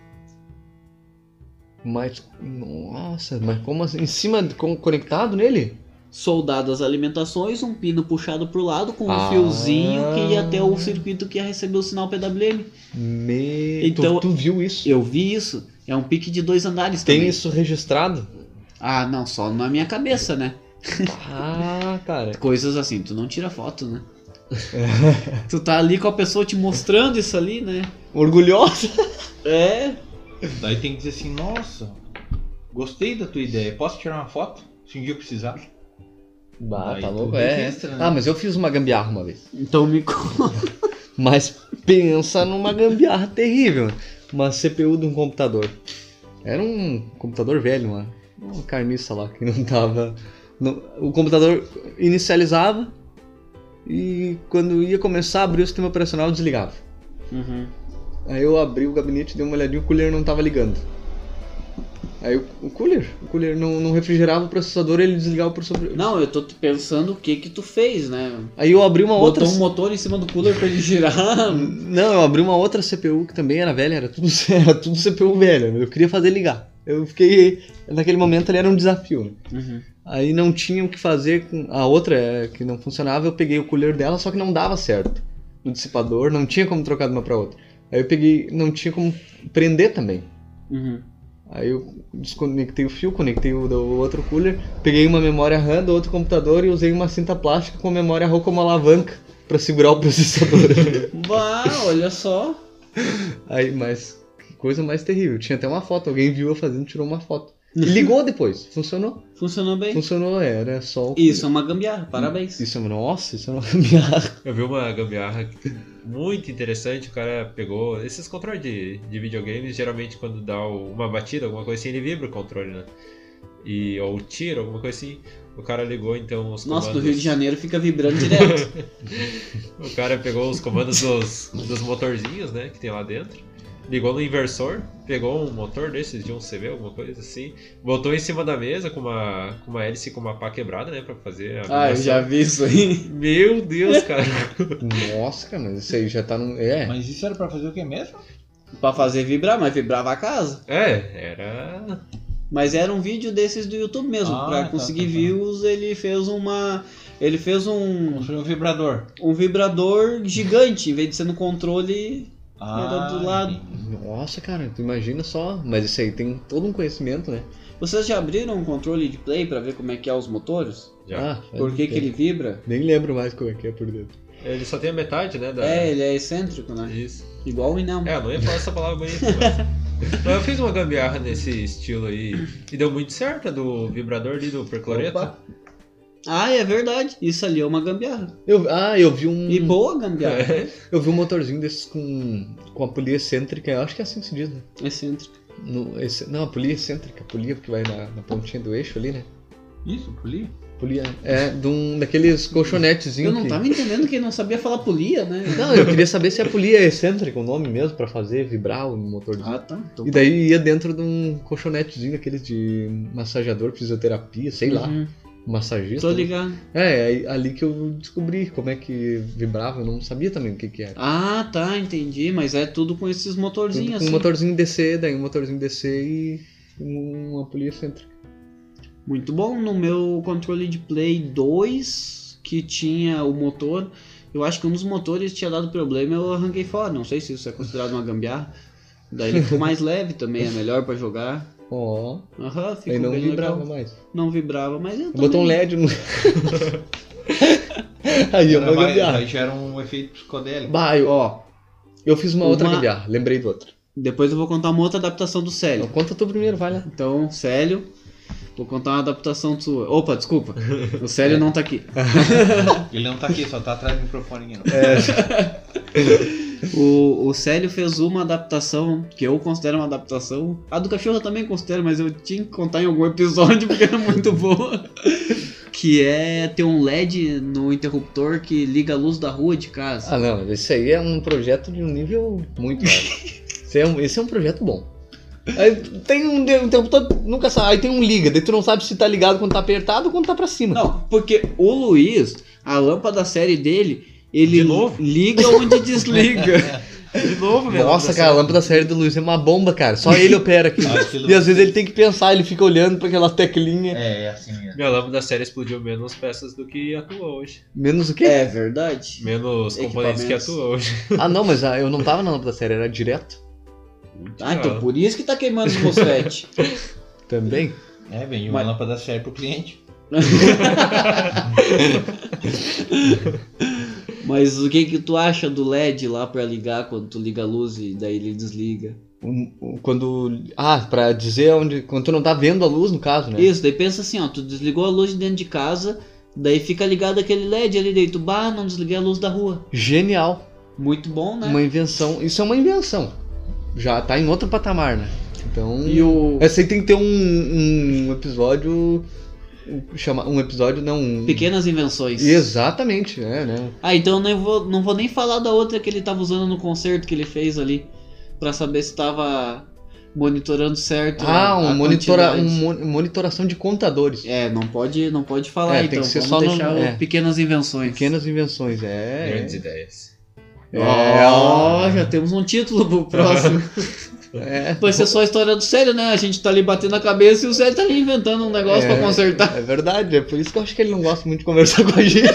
Mas. Nossa, mas como assim? Em cima, com, conectado nele?
soldado as alimentações, um pino puxado pro lado com um
Ah.
fiozinho que ia até o circuito que ia receber o sinal PWM.
Meu.
Então-
tu, tu viu isso?
Eu vi isso. É um pique de dois andares
Tem
também.
isso registrado?
Ah, não, só na minha cabeça, né?
Ah, cara.
Coisas assim, tu não tira foto, né? tu tá ali com a pessoa te mostrando isso ali, né?
Orgulhosa.
É.
Daí tem que dizer assim, nossa, gostei da tua ideia, posso tirar uma foto? Se um dia eu precisar.
Bah,
Daí
tá
tu
louco? É.
registra, né?
Ah, mas eu fiz uma gambiarra uma vez.
Então me conta.
Mas pensa numa gambiarra terrível. Uma CPU de um computador. Era um computador velho, uma, uma carniça lá que não tava. não- o computador inicializava e quando ia começar a abrir o sistema operacional desligava.
Uhum.
Aí eu abri o gabinete, dei uma olhadinha, o cooler não tava ligando. Aí o, o cooler, o cooler não, não refrigerava o processador, ele desligava o processador.
Não, eu tô te pensando o que que tu fez, né?
Aí eu abri uma outra.
Botou um motor em cima do cooler pra ele girar.
Não, eu abri uma outra CPU que também era velha, era tudo, era tudo CPU velha. Eu queria fazer ligar. Eu fiquei. Naquele momento ali era um desafio. né?
Uhum.
Aí não tinha o que fazer com a outra eh, que não funcionava, eu peguei o cooler dela, só que não dava certo. No dissipador, não tinha como trocar de uma pra outra. Aí eu peguei, não tinha como prender também.
Uhum.
Aí eu desconectei o fio, conectei o do outro cooler, peguei uma memória RAM do outro computador e usei uma cinta plástica com a memória RAM como alavanca pra segurar o processador.
Vá, olha só.
Aí, mas que coisa mais terrível. Tinha até uma foto, alguém viu eu fazendo, tirou uma foto. E ligou depois, funcionou.
Funcionou bem.
Funcionou, era só o...
Isso é uma gambiarra, parabéns.
Isso, nossa, isso é uma gambiarra.
Eu vi uma gambiarra que- muito interessante. O cara pegou esses controles de, de videogames. Geralmente, quando dá o- uma batida, alguma coisa assim, ele vibra o controle, né? E, ou tira, alguma coisa assim. O cara ligou então os
Nossa, do
comandos.
Rio de Janeiro fica vibrando direto.
O cara pegou os comandos dos, dos motorzinhos, né? Que tem lá dentro. Ligou no inversor, pegou um motor desses de um CV, alguma coisa assim, botou em cima da mesa com uma, com uma hélice com uma pá quebrada, né? Pra fazer a.
ah, eu já vi isso aí.
Meu Deus, cara.
Nossa, cara, mas isso aí já tá num. É.
Mas isso era pra fazer o que mesmo?
Pra fazer vibrar, mas vibrava a casa.
É, era.
Mas era um vídeo desses do YouTube mesmo.
Ah,
pra
tá,
conseguir
tá, tá.
views, ele fez uma. Ele fez um,
Construiu um vibrador.
um vibrador gigante, em vez de ser no controle.
Ah,
do lado.
entendi.
Nossa, cara, tu imagina só. Mas isso aí tem todo um conhecimento, né?
Vocês já abriram um controle de play pra ver como é que é os motores?
Já.
Ah,
É
Por que, que ele vibra?
Nem lembro mais como é que é por dentro.
Ele só tem a metade, né? Da...
É, ele é excêntrico, né?
Isso.
Igual o Inam.
É, eu não ia falar essa palavra bonita, mas... mas eu fiz uma gambiarra nesse estilo aí e deu muito certo a do vibrador ali do percloreto.
Opa.
Ah, é verdade. Isso ali é uma gambiarra.
Eu, ah, eu vi um.
E boa gambiarra.
É.
Eu vi um motorzinho desses com. com a polia excêntrica, eu acho que é assim que se diz, né?
Excêntrica.
No- esse- não, a polia excêntrica, a polia que vai na, na pontinha do eixo ali, né?
Isso, poli?
Polia. É, de um, daqueles colchonetezinhos.
Eu não
que-
tava entendendo que ele não sabia falar polia, né?
Não, eu queria saber se a polia é excêntrica o nome mesmo, pra fazer vibrar o motorzinho.
Ah, tá. Então-
E daí ia dentro de um colchonetezinho daqueles de massageador, fisioterapia, sei lá,
Uhum.
massagista.
Tô
né?
ligado.
É, aí- ali que eu descobri como é que vibrava, eu não sabia também o que que era.
Ah, tá, entendi. Mas é tudo com esses
Tudo
motorzinhos
com
assim.
um motorzinho DC, daí um motorzinho DC e uma polia excêntrica.
Muito bom. No meu controle de Play 2, que tinha o motor, eu acho que um dos motores tinha dado problema eu arranquei fora. Não sei se isso é considerado uma gambiarra. Daí ele ficou mais leve também, é melhor pra jogar.
Ó,
Aham, ficou
aí não
bem
vibrava
legal.
mais.
Não vibrava, mas eu
Botou um
também-
LED no. aí eu
Era
vou
mais-
gambiarra.
Aí já era um efeito psicodélico.
Bah, eu- ó. Eu fiz uma, outra
Uma-
gambiarra, lembrei do outro.
Depois eu vou contar uma outra adaptação do
Então,
Célio.
conta tu primeiro, vai lá.
Então, Célio, vou contar uma adaptação sua. Opa, desculpa. O
É.
Célio não tá aqui.
Ele não tá aqui, só tá atrás do microfone. Não.
É. O, o Célio fez uma adaptação que eu considero uma adaptação. A do cachorro eu também considero, mas eu tinha que contar em algum episódio porque era muito boa. Que é ter um LED no interruptor que liga a luz da rua de casa.
Ah, não, esse aí é um projeto de um nível muito alto. esse, é um, esse é um projeto bom. Aí tem um, de- um tempo todo, nunca sabe. Aí tem um liga, daí tu não sabe se tá ligado quando tá apertado ou quando tá pra cima.
Não, porque o Luiz, a lâmpada série dele, ele
De novo?
liga onde desliga.
De novo, meu. assim.
Nossa, cara, a lâmpada série do Luiz é uma bomba, cara. Só ele opera aqui.
Ah, aquilo-
e às vezes ele tem que pensar, ele fica olhando pra aquela teclinha.
É, é assim mesmo.
Minha lâmpada série explodiu menos peças do que atua hoje.
Menos o quê?
É verdade.
Menos componentes que
Equipamentos.
atua hoje.
Ah, não, mas ah, eu não tava na lâmpada série, era direto.
Ah, então por isso que tá queimando os mosfetes.
Também?
É, vem uma
Mas-
lâmpada séria pro cliente.
Mas o que que tu acha do LED lá pra ligar quando tu liga a luz e daí ele desliga?
Um- um- quando. Ah, pra dizer onde. Quando tu não tá vendo a luz, no caso, né?
Isso, daí pensa assim, ó, tu desligou a luz de dentro de casa, daí fica ligado aquele LED ali, daí tu, bah, não desliguei a luz da rua.
Genial.
Muito bom, né?
Uma invenção. Isso é uma invenção. Já tá em outro patamar, né? Então.
E o
Essa aí tem que ter um, um episódio. Chama, um episódio, não. Um...
assim, pequenas invenções.
Exatamente, é, né?
Ah, então eu não vou, não vou nem falar da outra que ele tava usando no concerto que ele fez ali, Pra saber se tava monitorando certo.
Ah,
É, a-
um
a
monitora, um
quantidade.
mon- monitoração de contadores.
É, não pode, não pode falar,
É, tem
então
que ser
vamos
só no-
deixar o
é.
pequenas invenções.
Pequenas invenções, é.
Grandes ideias.
É,
Ó, já temos um título pro próximo.
é,
Vai ser só a história do Célio, né? A gente tá ali batendo a cabeça e o Célio tá ali inventando um negócio
É.
pra consertar.
é verdade, é por isso que eu acho que ele não gosta muito de conversar com a gente.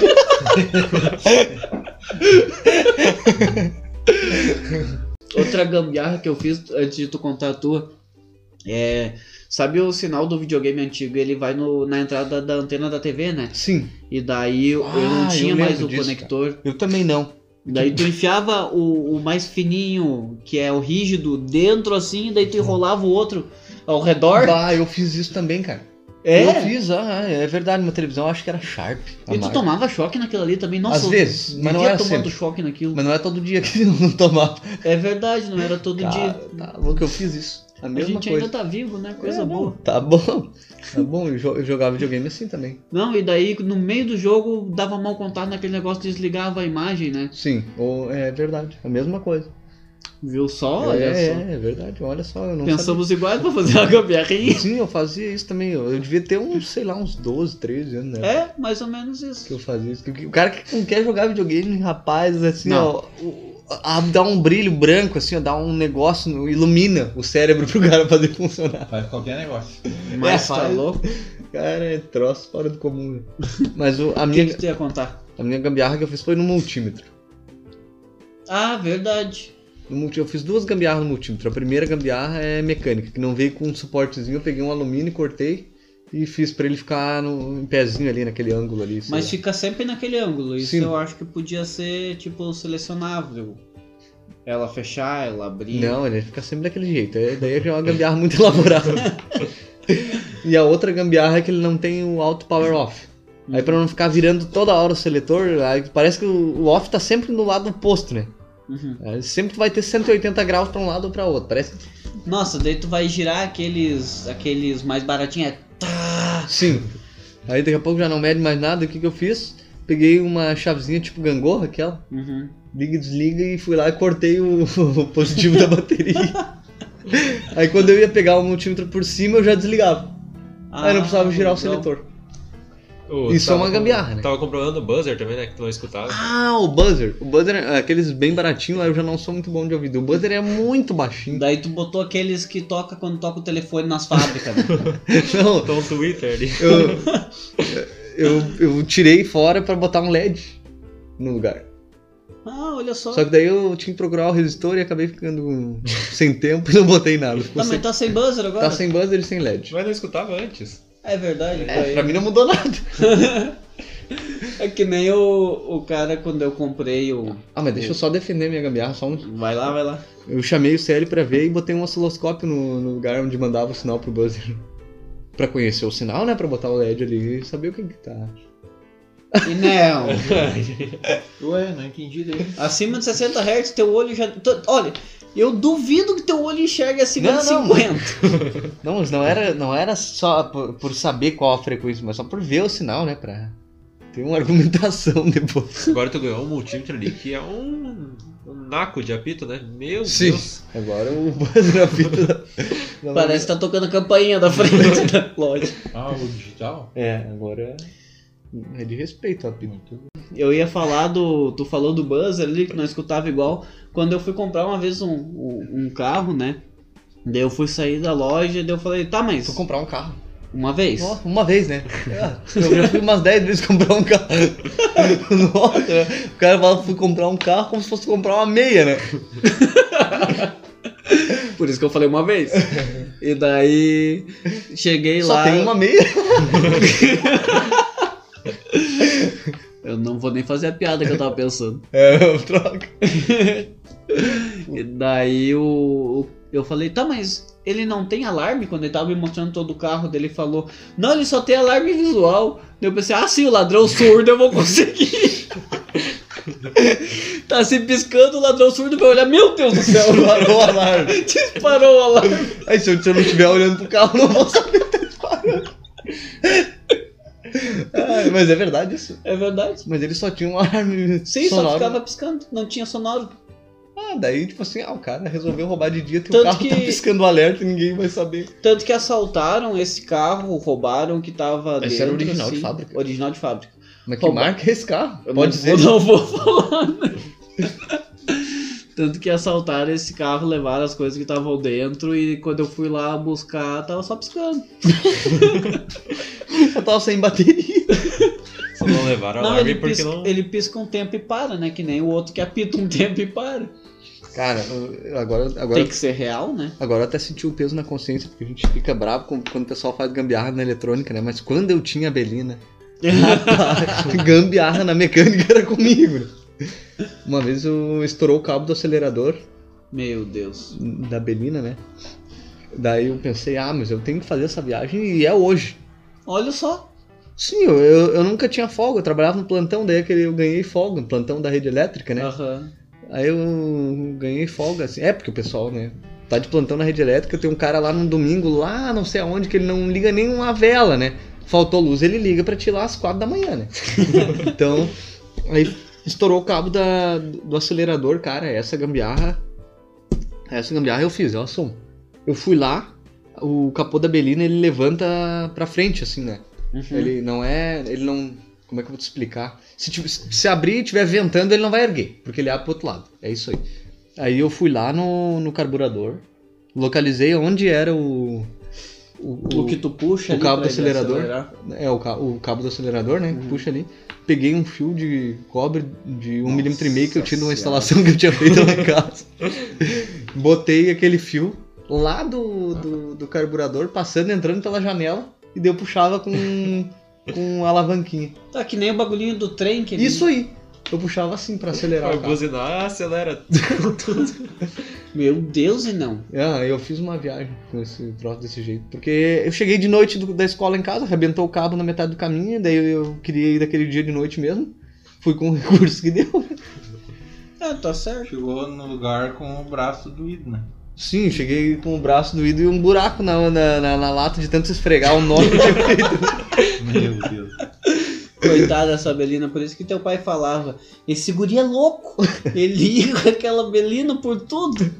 Outra gambiarra que eu fiz antes de tu contar a tua é. Sabe o sinal do videogame antigo? Ele vai no- na entrada da antena da TV, né?
Sim,
E daí eu, eu não
Ah, eu
tinha mais
lembro
o
disso,
conector.
eu também não.
Daí tu enfiava o, o mais fininho, que é o rígido, dentro assim, e daí tu enrolava o outro ao redor.
Hum. Bah, eu fiz isso também, cara.
É?
Eu fiz, ah, é verdade, minha televisão eu acho que era Sharp. a
E tu
marca.
tomava choque naquilo ali também? Nossa,
Às vezes, mas não
vivia
era
tomando
sempre.
choque naquilo.
Mas não é todo dia que eu não tomava.
É verdade, não era todo dia.
Cara, tá louco, eu fiz isso. A
A
mesma
gente
coisa.
ainda tá vivo, né? Coisa
É, não,
boa.
Tá bom. Tá bom, eu jo- eu jogava videogame assim também.
Não, e daí no meio do jogo dava mau contato naquele negócio, desligava a imagem, né?
Sim, ou é verdade. A mesma coisa.
Viu só? Olha
é,
só.
é, é verdade. Olha só, eu não
Pensamos assim. iguais pra fazer uma gambiarrinha.
sabia. Sim, eu fazia isso também. Eu, eu devia ter uns, sei lá, uns 12, 13 anos, né?
É, mais ou menos
Que
isso.
eu fazia isso. Que O cara que não quer jogar videogame, rapaz, assim,
Não.
ó. o- a- dá um brilho branco, assim, ó, dá um negócio, no- ilumina o cérebro pro cara fazer funcionar.
Faz qualquer negócio.
Mas
É,
tá
faz.
louco?
Cara, é troço fora do comum. né? Mas o- a,
O que, que
minha,
tu ia contar?
a minha gambiarra que eu fiz foi no multímetro.
Ah, verdade.
No multi- eu fiz duas gambiarras no multímetro. A primeira gambiarra é mecânica, que não veio com um suportezinho. Eu peguei um alumínio, cortei e fiz pra ele ficar no, em pezinho ali, naquele ângulo ali. assim. sei
Mas
lá.
fica sempre naquele ângulo. Isso
Sim.
eu acho que podia ser, tipo, selecionável. Ela fechar, ela abrir.
Não, ele fica sempre daquele jeito. É- Daí já é uma gambiarra muito elaborada. e a outra gambiarra é que ele não tem o alto power off. Aí pra não ficar virando toda hora o seletor, aí parece que o o off tá sempre no lado oposto, né?
Uhum.
Aí sempre tu vai ter 180 graus pra um lado ou pra outro. Parece que...
Nossa, daí tu vai girar aqueles aqueles mais baratinhos. É... Tá.
Sim. Aí daqui a pouco já não mede mais nada. O que que eu fiz? Peguei uma chavezinha tipo gangorra, aquela.
Uhum.
liga e desliga e fui lá e cortei o, o positivo da bateria. Aí quando eu ia pegar o multímetro por cima, eu já desligava.
Ah,
Aí eu não precisava girar o
legal.
seletor.
Ô,
Isso é
tava
uma
com-
gambiarra, né?
Tava comprovando o buzzer também, né? Que tu não escutava.
Ah, o buzzer. O buzzer, é aqueles bem baratinhos lá, eu já não sou muito bom de ouvido. O buzzer é muito baixinho.
Daí tu botou aqueles que toca quando toca o telefone nas fábricas. né?
Não,
Então o Twitter ali.
eu, eu, eu tirei fora pra botar um LED no lugar.
ah, olha só.
Só que daí eu tinha que procurar o resistor e acabei ficando sem tempo e não botei nada. Ficou
Não,
sem-
mas tá sem buzzer agora?
tá sem buzzer e sem LED.
Mas não escutava antes.
É verdade.
É, pra mim não mudou nada.
É que nem o, o cara quando eu comprei o.
Ah, mas deixa eu só defender minha gambiarra, só um
Vai lá, vai lá.
Eu chamei o CL pra ver e botei um osciloscópio no, no lugar onde mandava o sinal pro buzzer. Pra conhecer o sinal, né? Pra botar o LED ali e saber o que que tá.
E não.
Ué, não entendi daí.
Acima de 60 Hz, teu olho já. tu- Olha, eu duvido que teu olho enxergue acima
Não,
de
não,
50.
Não, mas não era, não era só por, por saber qual a frequência, mas só por ver o sinal, né? Pra ter uma argumentação depois.
Agora tu ganhou um multímetro ali, que é um, um naco de apito, né? Meu
Sim.
Deus.
Agora o buzzer apita. da- da-
Parece que tá tocando a campainha da frente da loja.
Ah, o digital?
É, agora é de respeito o apito.
Muito bem.
Eu ia falar do. Tu falou do buzzer ali, que não escutava igual. Quando eu fui comprar uma vez um, um, um carro, né? Daí eu fui sair da loja, daí eu falei, tá, mas.
Fui comprar um carro.
Uma vez.
Ó, uma vez, né? Eu já fui umas 10 vezes comprar um carro. Nossa, né? o cara fala, fui comprar um carro como se fosse comprar uma meia, né?
Por isso que eu falei uma vez. e daí. Cheguei
Só
lá.
tem uma meia.
Eu não vou nem fazer a piada que eu tava pensando.
É, eu troco.
E daí o, eu falei, tá, mas ele não tem alarme? Quando ele tava me mostrando todo o carro dele, ele falou, não, ele só tem alarme visual. Daí eu pensei, ah, sim, o ladrão surdo eu vou conseguir. tá se piscando, o ladrão surdo vai olhar, meu Deus do céu,
Parou É o alarme.
disparou o alarme.
Aí se eu, se eu não estiver olhando pro carro, não vou saber ter parado. Ai, mas é verdade isso.
É verdade.
Mas ele só tinha um alarme
Sim, só
sonoro. né?
ficava piscando, não tinha sonoro.
Ah, daí tipo assim, ah, o cara resolveu roubar de dia, teu
Tanto
carro tá
que-
piscando alerta e ninguém vai saber.
Tanto que assaltaram esse carro, roubaram o que tava
Esse
dentro,
era original de
assim,
fábrica?
Original de fábrica.
Mas que
Rouba-
marca é esse carro?
Eu
Pode
não,
ser.
vou- não vou falar. né? Tanto que assaltaram esse carro, levaram as coisas que estavam dentro e quando eu fui lá buscar, tava só piscando. um
Eu tava sem bateria.
Só não levaram
Não,
alarme
ele
porque
pisca,
não.
ele pisca um tempo e para, né? Que nem o outro que apita um tempo e para.
Cara, eu- agora, agora,
Tem que ser real, né?
agora eu até senti o peso na consciência, porque a gente fica bravo com- quando o pessoal faz gambiarra na eletrônica, né? Mas quando eu tinha a Belina, rapaz, gambiarra na mecânica era comigo. né? Uma vez eu estourou o cabo do acelerador
Meu Deus.
da Belina, né? Daí eu pensei, ah, mas eu tenho que fazer essa viagem e é hoje.
Olha só.
Sim, eu, eu, eu nunca tinha folga, eu trabalhava no plantão, daí aquele- eu ganhei folga, no plantão da rede elétrica, né?
Aham.
Aí eu ganhei folga, assim. É, porque o pessoal, né? tá de plantão na rede elétrica, tem um cara lá num domingo, lá não sei aonde, que ele não liga nenhuma vela, né? Faltou luz, ele liga pra tirar às quatro da manhã, né? então, aí estourou o cabo da, do acelerador, cara, essa gambiarra. Essa gambiarra eu fiz, ela som. Eu fui lá, o capô da Belina ele levanta pra frente, assim, né?
Uhum.
Ele
Hum.
não é. Ele não. Como é que eu vou te explicar? Se, ti- se abrir e tiver ventando, ele não vai erguer, porque ele abre pro outro lado. É isso aí. Aí eu fui lá no, no carburador, localizei onde era o. O,
O que tu puxa
o
ali
cabo
pra
do
ele
acelerador.
acelerar.
É, o, ca- o cabo do acelerador, né?
Uhum.
que Puxa ali. Peguei um fio de cobre de um milímetro e meio que eu tinha numa instalação que eu tinha feito lá em casa. Botei aquele fio lá do, do, do carburador, passando, entrando pela janela, e daí eu puxava com, com a alavanquinha.
Tá que nem o bagulhinho do trem que ele-
Isso aí! Eu puxava assim pra acelerar
Vai
o carro.
buzinar, Ah, acelera.
Meu Deus, e não.
Ah, eu fiz uma viagem com esse troço desse jeito. Porque eu cheguei de noite do- da escola em casa, arrebentou o cabo na metade do caminho, daí eu queria ir daquele dia de noite mesmo. Fui com o recurso que deu.
Ah, tá certo.
Chegou no lugar com o braço doído, né?
Sim, cheguei com o braço doído e um buraco na, na, na- na lata de tanto esfregar um o nome que eu tinha feito.
Meu Deus.
Coitada dessa Belina, por isso que teu pai falava: esse guri é louco. Ele ia com aquela Belina por tudo.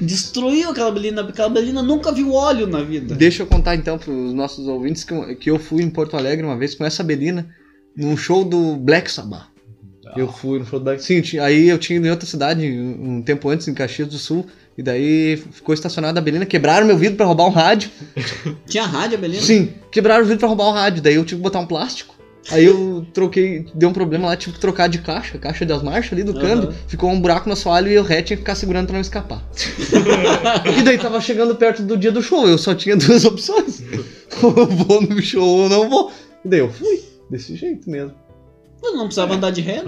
Destruiu aquela Belina. Aquela Belina nunca viu óleo na vida.
Deixa eu contar então pros nossos ouvintes que eu, que eu fui em Porto Alegre uma vez com essa Belina num show do Black Sabbath. Eu fui no show do Black Sim, ti- aí eu tinha ido em outra cidade um um tempo antes, em Caxias do Sul, e daí ficou estacionada a Belina, quebraram meu vidro pra roubar um rádio.
Tinha rádio, a Belina?
Sim, quebraram o vidro pra roubar o rádio, daí eu tive que botar um plástico. Aí eu troquei, deu um problema lá, tive que trocar de caixa, caixa das marchas ali do
Aham.
câmbio, ficou um buraco no assoalho e o ré tinha que ficar segurando pra não escapar. e daí tava chegando perto do dia do show, eu só tinha duas opções. Ou eu vou no show ou eu não vou. E daí eu fui, desse jeito mesmo.
Eu não precisava andar de ré, né?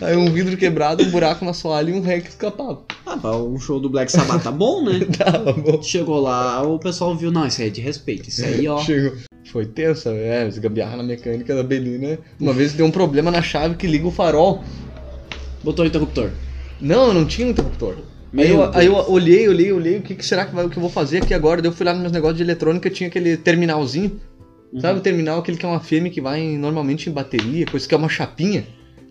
Aí um vidro quebrado, um buraco no assoalho e um ré que escapava.
Ah, pá, um show do Black Sabbath tá bom, né?
Tava bom.
Chegou lá, o pessoal viu, não, isso aí é de respeito, isso aí, ó.
Chegou. Foi tensa, é, os gambiarra na mecânica da Belina. Uma vez deu um problema na chave que liga o farol.
Botou o interruptor.
Não, não tinha interruptor. Aí
Meu
eu, aí eu
Deus.
olhei, olhei, olhei, o que, que será que, vai, o que eu vou fazer aqui agora? Daí eu fui lá nos meus negócios de eletrônica, tinha aquele terminalzinho.
Uhum.
Sabe o terminal, aquele que é uma fêmea que vai em- normalmente em bateria, coisa que é uma chapinha.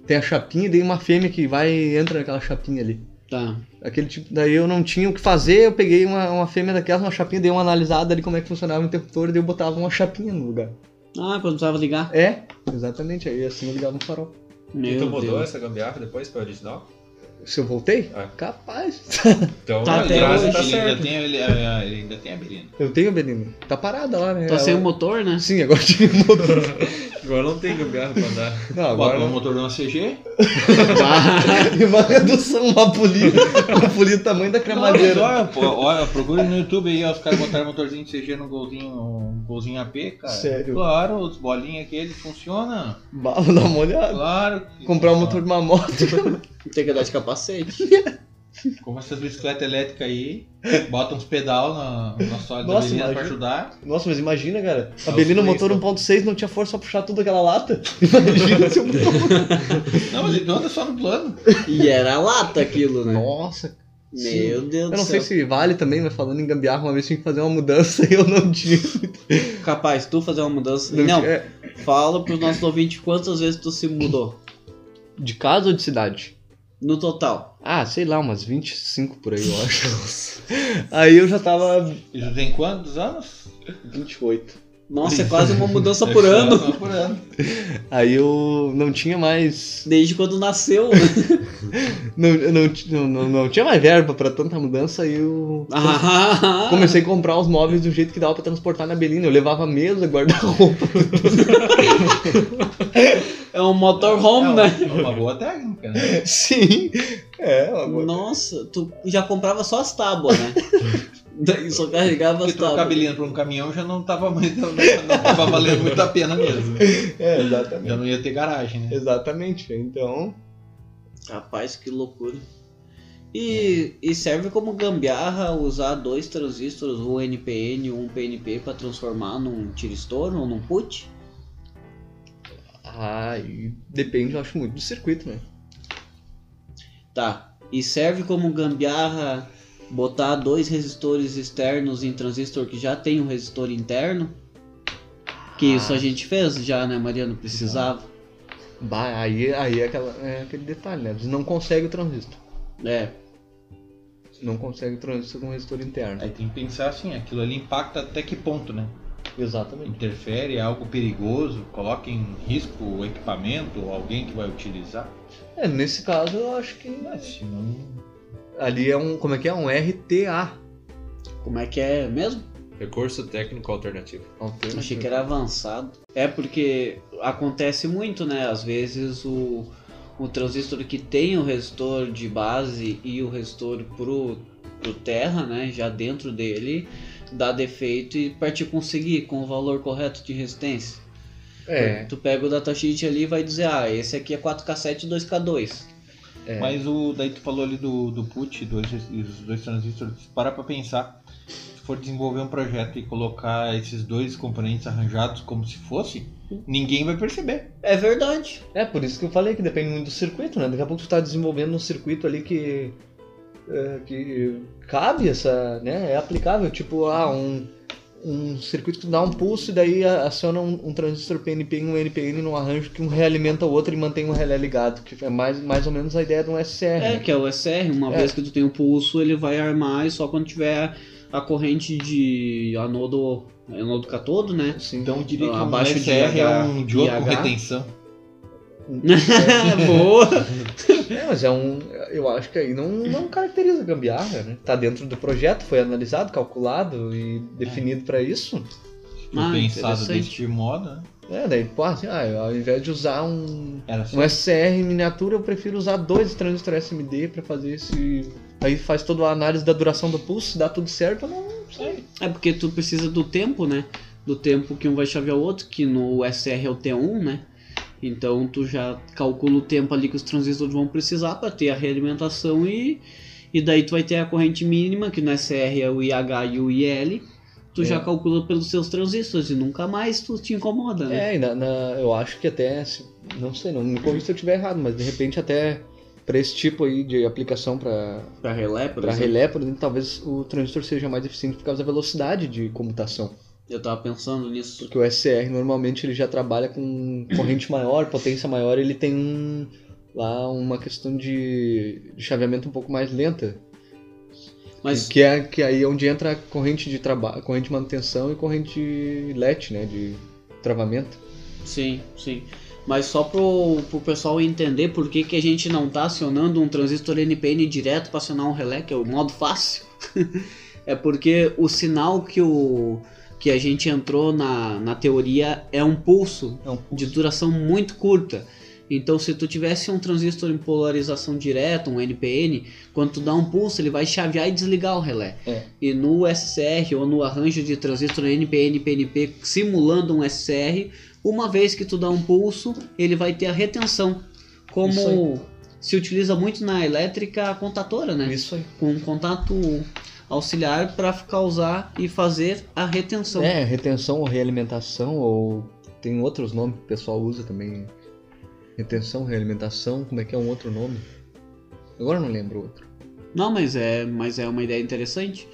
Tem a chapinha e daí uma fêmea que vai e entra naquela chapinha ali.
Tá.
Aquele tipo, daí eu não tinha o que fazer, eu peguei uma, uma fêmea daquelas, uma chapinha, dei uma analisada ali como é que funcionava o interruptor, e daí eu botava uma chapinha no lugar.
Ah, quando precisava ligar.
É, exatamente, aí assim eu ligava no farol.
Meu
Então mudou
Deus.
essa gambiarra depois pra original?
Se eu voltei?
É.
Capaz.
Então
Tá
a
até
frase
hoje,
tá
ele, ainda
certa.
tem, ele, ah, ele ainda tem a berina.
Eu tenho, menino. Tá parada lá, né?
Tá sem o
Ela-
motor, né?
Sim, agora tinha um motor.
Agora não tem gambiarra pra andar.
Não,
Bota
agora
o motor de uma CG.
E uma redução, uma polia, uma polia do é tamanho da cremadeira.
Olha, pô, olha, procura no YouTube aí, ó, os caras botaram motorzinho de CG no golzinho, um golzinho AP, cara.
Sério?
Claro, os bolinhas aqui, eles funcionam.
Bala, dá uma olhada.
Claro. que
Comprar um
funciona.
motor de uma moto.
Tem que andar de capacete.
Como essas bicicletas elétricas aí, bota uns pedal na, na sólida
Nossa,
da avenida pra
imagina.
ajudar.
Nossa, mas imagina, cara. A
É o
Belina, o
Flintstone.
motor 1.6 não tinha força pra puxar toda aquela lata. Imagina se um eu
Não, mas ele anda só no plano.
E era lata aquilo, né?
Nossa.
Meu Deus
Eu
do
não
céu.
sei se vale também, mas falando em gambiarra, uma vez tinha que fazer uma mudança e eu não tinha.
Capaz, tu fazer uma mudança. Não,
tinha- é,
fala pros nossos ouvintes quantas vezes tu se mudou.
De casa ou de cidade?
No total.
Ah, sei lá, umas 25 por aí, eu acho. Aí eu já tava
Isso tem quantos anos?
28.
Nossa, é quase uma mudança por
É só
ano.
uma Por ano.
Aí eu não tinha mais.
Desde quando nasceu, né?
Não, eu não, ti- não, não, não tinha mais verba pra tanta mudança e eu.
Ah,
Comecei a comprar os móveis do jeito que dava pra transportar na Belina. Eu levava mesa, guarda-roupa.
É um motorhome, né?
É uma boa técnica, né?
Sim. É, uma boa-
Nossa, tu já comprava só as tábuas, né? Daí só carregava as
Porque trocar a
tábuas.
belina pra um caminhão já não tava, mais- não, não tava valendo muito a pena mesmo.
é, exatamente.
Já não ia ter garagem, né?
Exatamente. Então.
Rapaz, que loucura. E, e serve como gambiarra usar dois transistores, um NPN e um PNP, para transformar num tiristor ou num put?
Ah, e depende, eu acho muito do circuito, né?
Tá. E serve como gambiarra botar dois resistores externos em transistor que já tem um resistor interno? Que isso a gente fez já, né, Mariano? Precisava.
Bah, aí, aí é, aquela- é aquele detalhe, né? Eles não conseguem o transistor.
É,
Não conseguem o transistor com resistor interno.
Aí tem que pensar assim, aquilo ali impacta até que ponto, né?
Exatamente.
Interfere, é algo perigoso, coloca em risco o equipamento, ou alguém que vai utilizar.
É, nesse caso eu acho que
Ah, se não-
ali é um, como é que é? Um RTA.
como é que é mesmo?
Recurso técnico alternativo.
Alternativa.
Achei que era avançado. É porque acontece muito, né? Às vezes o, o transistor que tem o resistor de base e o resistor pro, pro terra, né? Já dentro dele, dá defeito e para te conseguir com o valor correto de resistência.
É,
Tu pega o datasheet ali e vai dizer, ah, esse aqui é 4K7 e 2K2.
é.
Mas o, daí tu falou ali do, do put, dois, e os dois transistores, se parar pra pensar, se for desenvolver um projeto e colocar esses dois componentes arranjados como se fosse, ninguém vai perceber.
É verdade.
É, por isso que eu falei que depende muito do circuito, né? Daqui a pouco tu tá desenvolvendo um circuito ali que. é, que cabe essa. né? É aplicável. Tipo, ah, um, um circuito que tu dá um pulso e daí a- aciona um, um transistor PNP e um NPN num arranjo que um realimenta o outro e mantém um relé ligado. Que é mais, mais ou menos a ideia de um SCR.
É,
né?
que é o SR, uma
É.
vez que tu tem o pulso, ele vai armar e só quando tiver a corrente de anodo, anodo catodo, né?
Assim,
Então eu diria que
Abaixo
um
de
SR é
IH,
um diodo com
IH.
retenção.
Boa!
É, mas é um. Eu acho que aí não, não caracteriza a gambiarra, né? Tá dentro do projeto, foi analisado, calculado e definido pra isso.
Ah,
pensado
interessante.
deste modo, né?
É, daí, pô, assim, ah, ao invés de usar um,
Era só
um SCR em miniatura, eu prefiro usar dois transistores SMD pra fazer esse. Aí faz toda a análise da duração do pulso, se dá tudo certo ou não.
É porque tu precisa do tempo, né? Do tempo que um vai chavear o outro, que no SR é o T1, né? Então tu já calcula o tempo ali que os transistores vão precisar para ter a realimentação e e daí tu vai ter a corrente mínima, que no SR é o IH e o IL. Tu
É.
já calcula pelos seus transistores e nunca mais tu te incomoda, né?
É, e na, na- eu acho que até. se- não sei, não me corrija se eu estiver errado, mas de repente até pra esse tipo aí de aplicação pra,
Pra relé, por
pra
exemplo.
relé, por exemplo, talvez o transistor seja mais eficiente por causa da velocidade de comutação.
Eu tava pensando nisso.
Porque o SCR normalmente ele já trabalha com corrente maior, potência maior, ele tem um, lá uma questão de, de chaveamento um pouco mais lenta.
Mas
Que, é, que aí é onde entra a corrente de trabalho, corrente de manutenção e corrente LET, né? De travamento.
Sim, sim. Mas só pro, pro pessoal entender por que, que a gente não tá acionando um transistor NPN direto para acionar um relé, que é o modo fácil. é porque o sinal que, o, que a gente entrou na, na teoria é um pulso
Não,
de duração muito curta. Então, se tu tivesse um transistor em polarização direta, um NPN, quando tu dá um pulso, ele vai chavear e desligar o relé.
É.
E no SCR ou no arranjo de transistor NPN PNP simulando um SCR, uma vez que tu dá um pulso, ele vai ter a retenção,
Isso aí.
como se utiliza muito na elétrica contatora, né?
Isso aí.
Com um contato auxiliar para causar e fazer a retenção.
É, retenção ou realimentação, ou tem outros nomes que o pessoal usa também. Retenção, realimentação, como é que é um outro nome? Agora eu não lembro outro.
Não, mas é, mas é uma ideia interessante.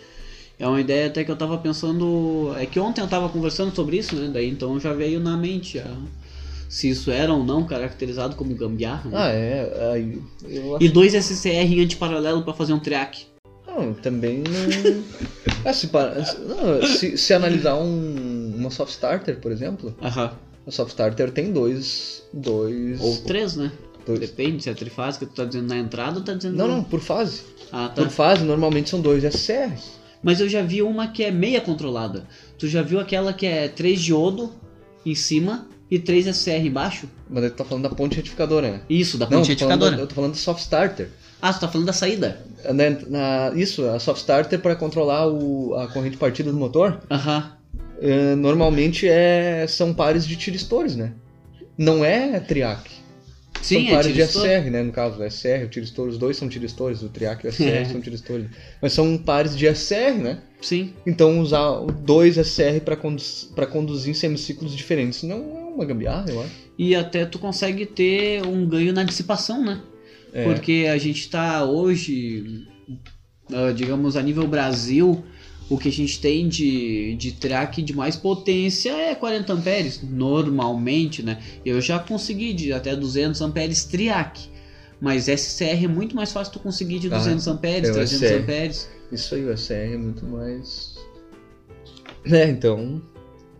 É uma ideia até que eu tava pensando. É que ontem eu tava conversando sobre isso, né? Daí então já veio na mente a- se isso era ou não caracterizado como gambiarra. né?
Ah, é. Aí, eu acho
E dois SCR em antiparalelo pra fazer um triac.
Não, também não. Ah, se, para- se- não, se- se analisar um, uma soft starter, por exemplo,
Aham.
a soft starter tem dois. Dois.
Ou três, né?
dois.
Depende se é trifásica, tu tá dizendo na entrada ou tá dizendo.
Não, não, por fase.
Ah, tá.
Por fase, normalmente são dois SCRs.
Mas eu já vi uma que é meia controlada. Tu já viu aquela que é três diodo em cima e três SCR embaixo?
Mas aí tu tá falando da ponte retificadora, né?
Isso, da
Não,
ponte
eu tô falando,
retificadora.
da- eu tô falando da soft starter.
Ah, tu tá falando da saída?
Na- na- isso, a soft starter para controlar o- a corrente partida do motor,
Aham.
eh, normalmente é, são pares de tiristores, né? Não é triac.
Sim,
são
é
pares de
tiristor.
SR, né? No caso, SR, o tiristor, os dois são tiristores, o triac e o SR
É.
são tiristores. Mas são pares de SR, né?
Sim.
Então usar o dois SR para conduzir semiciclos diferentes não é uma gambiarra, eu acho.
E até tu consegue ter um ganho na dissipação, né?
É.
Porque a gente está hoje, ah, digamos, a nível Brasil, o que a gente tem de, de track de mais potência é 40 amperes, normalmente, né? Eu já consegui de até 200 amperes triac, mas SCR é muito mais fácil tu conseguir de
Ah,
200 amperes,
é o
300
SCR.
amperes.
Isso aí, o SR é muito mais. É, então.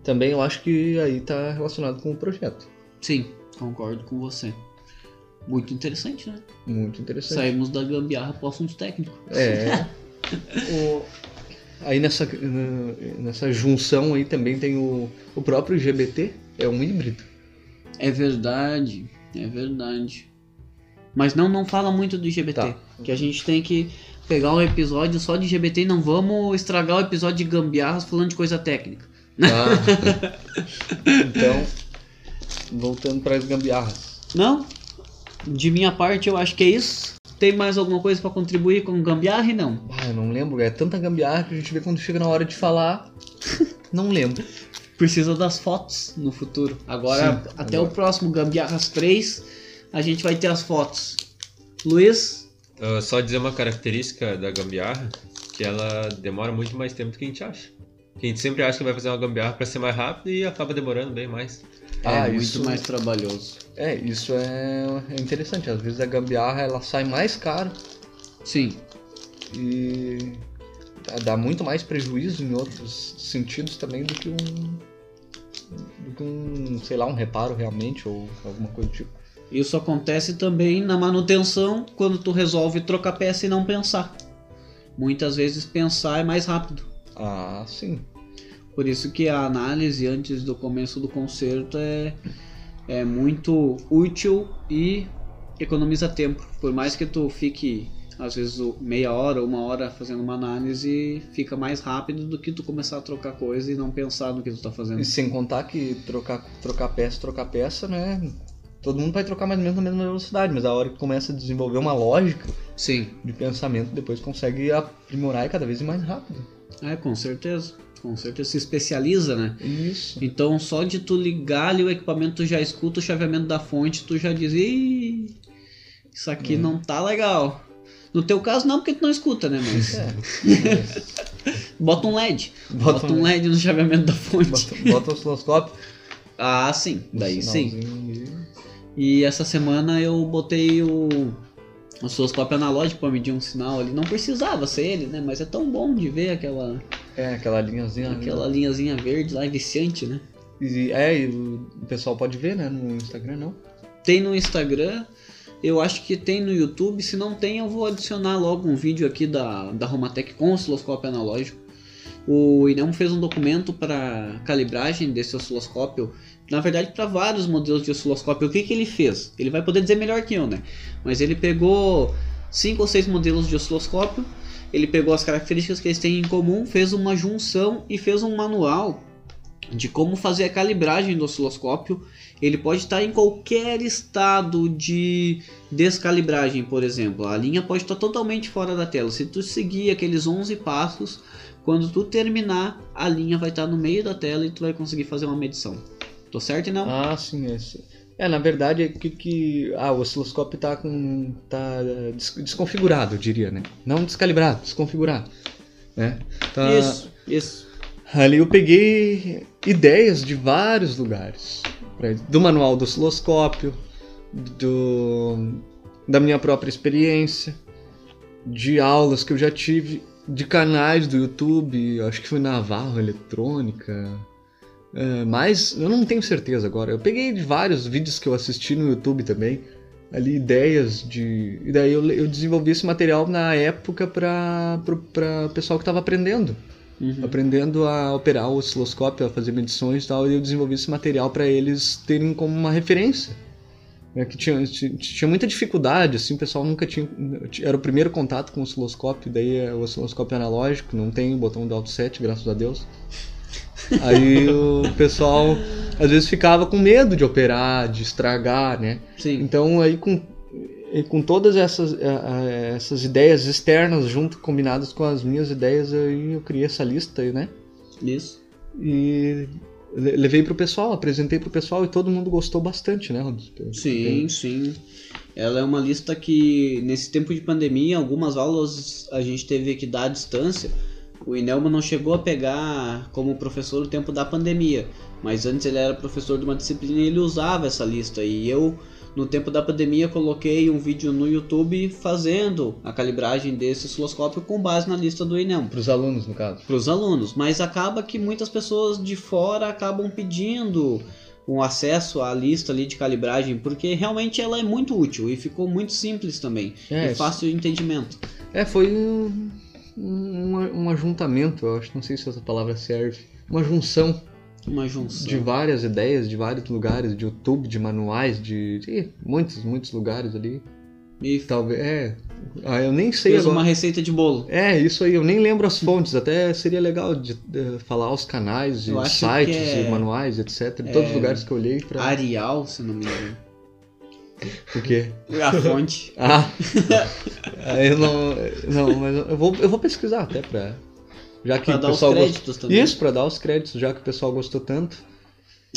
Também eu acho que aí tá relacionado com o projeto.
Sim, concordo com você. Muito interessante, né?
Muito interessante.
Saímos da gambiarra para o assunto técnico.
É. O- Aí nessa, na- nessa junção aí também tem o, o próprio GBT, é um híbrido.
É verdade, é verdade. Mas não, não fala muito do GBT.
Tá.
Que a gente tem que pegar um episódio só de GBT e não vamos estragar o episódio de gambiarras falando de coisa técnica.
Tá? então, voltando para as gambiarras.
Não? De minha parte, eu acho que é isso. Tem mais alguma coisa pra contribuir com gambiarra e não?
Ah, eu não lembro, é tanta gambiarra que a gente vê quando chega na hora de falar. Não lembro.
Precisa das fotos no futuro. Agora,
Sim,
até
agora.
o próximo Gambiarras 3, a gente vai ter as fotos. Luiz,
Ah, só dizer uma característica da gambiarra, que ela demora muito mais tempo do que a gente acha. Que a gente sempre acha que vai fazer uma gambiarra pra ser mais rápido e acaba demorando bem mais.
Ah,
é
isso-
muito mais trabalhoso.
É, isso é, é interessante. Às vezes a gambiarra ela sai mais caro
Sim,
e dá- dá muito mais prejuízo em outros sentidos também do que um do que um, sei lá, um reparo realmente ou alguma coisa do tipo.
Isso acontece também na manutenção, quando tu resolve trocar peça e não pensar. Muitas vezes pensar é mais rápido.
Ah, sim.
Por isso que a análise antes do começo do concerto é, é muito útil e economiza tempo. Por mais que tu fique, às vezes, o- meia hora, uma hora fazendo uma análise, fica mais rápido do que tu começar a trocar coisa e não pensar no que tu tá fazendo.
E sem contar que trocar trocar peça, trocar peça, né? Todo mundo vai trocar mais ou menos na mesma velocidade, mas a hora que começa a desenvolver uma lógica
Sim.
de pensamento, depois consegue aprimorar e cada vez mais rápido.
É, com certeza. Com certeza se especializa, né?
Isso.
Então, só de tu ligar ali o equipamento, tu já escuta o chaveamento da fonte, tu já diz, Ih, isso aqui não tá legal. No teu caso, não, porque tu não escuta, né, mas
É.
bota um LED. Bota, um LED no chaveamento da fonte.
Bota, bota o osciloscópio.
Ah, sim, daí sim.
Sinalzinho
E essa semana eu botei o osciloscópio analógico pra medir um sinal ali. Não precisava ser ele, né, mas é tão bom de ver aquela,
e- É, aquela linhazinha.
aquela linhazinha verde lá, viciante, né?
E, é, e o pessoal pode ver, né? No Instagram, não?
Tem no Instagram, eu acho que tem no YouTube. Se não tem, eu vou adicionar logo um vídeo aqui da, da Romatec com osciloscópio analógico. O Inão fez um documento para calibragem desse osciloscópio, na verdade para vários modelos de osciloscópio. O que, que ele fez? Ele vai poder dizer melhor que eu, né? Mas ele pegou cinco ou seis modelos de osciloscópio, ele pegou as características que eles têm em comum, fez uma junção e fez um manual de como fazer a calibragem do osciloscópio ele pode estar em qualquer estado de descalibragem, por exemplo. A linha pode estar totalmente fora da tela. Se tu seguir aqueles 11 passos, quando tu terminar, a linha vai estar no meio da tela e tu vai conseguir fazer uma medição. Tô certo e não?
Ah, sim, esse. É, na verdade, é que, que. Ah, o osciloscópio tá com. tá eh, des- desconfigurado, eu diria, né? Não descalibrado, desconfigurado. Né? Tá-
Isso, isso.
Ali eu peguei ideias de vários lugares. pra- Do manual do osciloscópio, do, da minha própria experiência, de aulas que eu já tive, de canais do YouTube, eu acho que foi Navarro Eletrônica. eh, mas eu não tenho certeza agora. Eu peguei de vários vídeos que eu assisti no YouTube também. Ali ideias de. E daí eu, eu desenvolvi esse material na época para o pessoal que estava aprendendo
Uhum.
aprendendo a operar o osciloscópio, a fazer medições e tal, e eu desenvolvi esse material para eles terem como uma referência. né, que tinha, ti- tinha muita dificuldade, assim, o pessoal nunca tinha. Era o primeiro contato com o osciloscópio, daí é o osciloscópio analógico, não tem o botão do offset, graças a Deus. Aí o pessoal às vezes ficava com medo de operar, de estragar, né?
Sim.
Então aí com, e com todas essas, eh, eh, essas ideias externas junto, combinadas com as minhas ideias, aí eu criei essa lista, né?
Isso.
E le- levei pro pessoal, apresentei pro pessoal e todo mundo gostou bastante, né, Rodrigo?
Sim, sim. Ela é uma lista que, nesse tempo de pandemia, algumas aulas a gente teve que dar à distância. O Inelma não chegou a pegar como professor o tempo da pandemia, mas antes ele era professor de uma disciplina e ele usava essa lista. E eu, no tempo da pandemia, coloquei um vídeo no YouTube fazendo a calibragem desse osciloscópio com base na lista do Inelma
Para os alunos, no caso.
para os alunos, mas acaba que muitas pessoas de fora acabam pedindo um acesso à lista ali de calibragem, porque realmente ela é muito útil e ficou muito simples também,
É,
e fácil de entendimento.
É, foi um, um, um ajuntamento, eu acho, não sei se essa palavra serve. Uma junção
Uma junção.
de várias ideias, de vários lugares, de YouTube, de manuais, de, de muitos, muitos lugares ali.
E
Talvez. É. Ah, eu nem sei
fez
agora.
uma receita de bolo.
É, isso aí, eu nem lembro as fontes, até seria legal de, eh, falar os canais, e
Eu
os
acho
sites,
que é-
e manuais, etc. Em todos os lugares que eu olhei pra.
Arial, se não me engano.
Por quê?
A fonte.
Ah! Ah, eu não. Não, mas eu vou, eu vou pesquisar até pra. Já que
Pra
o
dar os
pessoal gostou.
créditos né? também.
Isso, pra dar os créditos, já que o pessoal gostou tanto.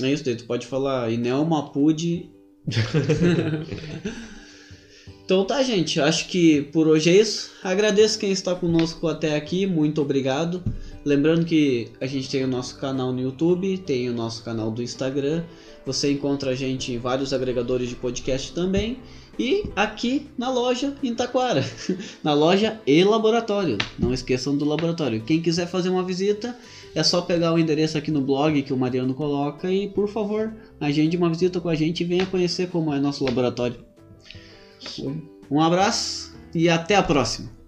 É isso, daí tu pode falar Inelma Pude. então tá, gente. Acho que por hoje é isso. Agradeço quem está conosco até aqui. Muito obrigado. Lembrando que a gente tem o nosso canal no YouTube, tem o nosso canal do Instagram. Você encontra a gente em vários agregadores de podcast também. E aqui na loja em Taquara. na loja e laboratório. Não esqueçam do laboratório. Quem quiser fazer uma visita, é só pegar o endereço aqui no blog que o Mariano coloca e, por favor, agende uma visita com a gente e venha conhecer como é nosso laboratório. Um abraço e até a próxima!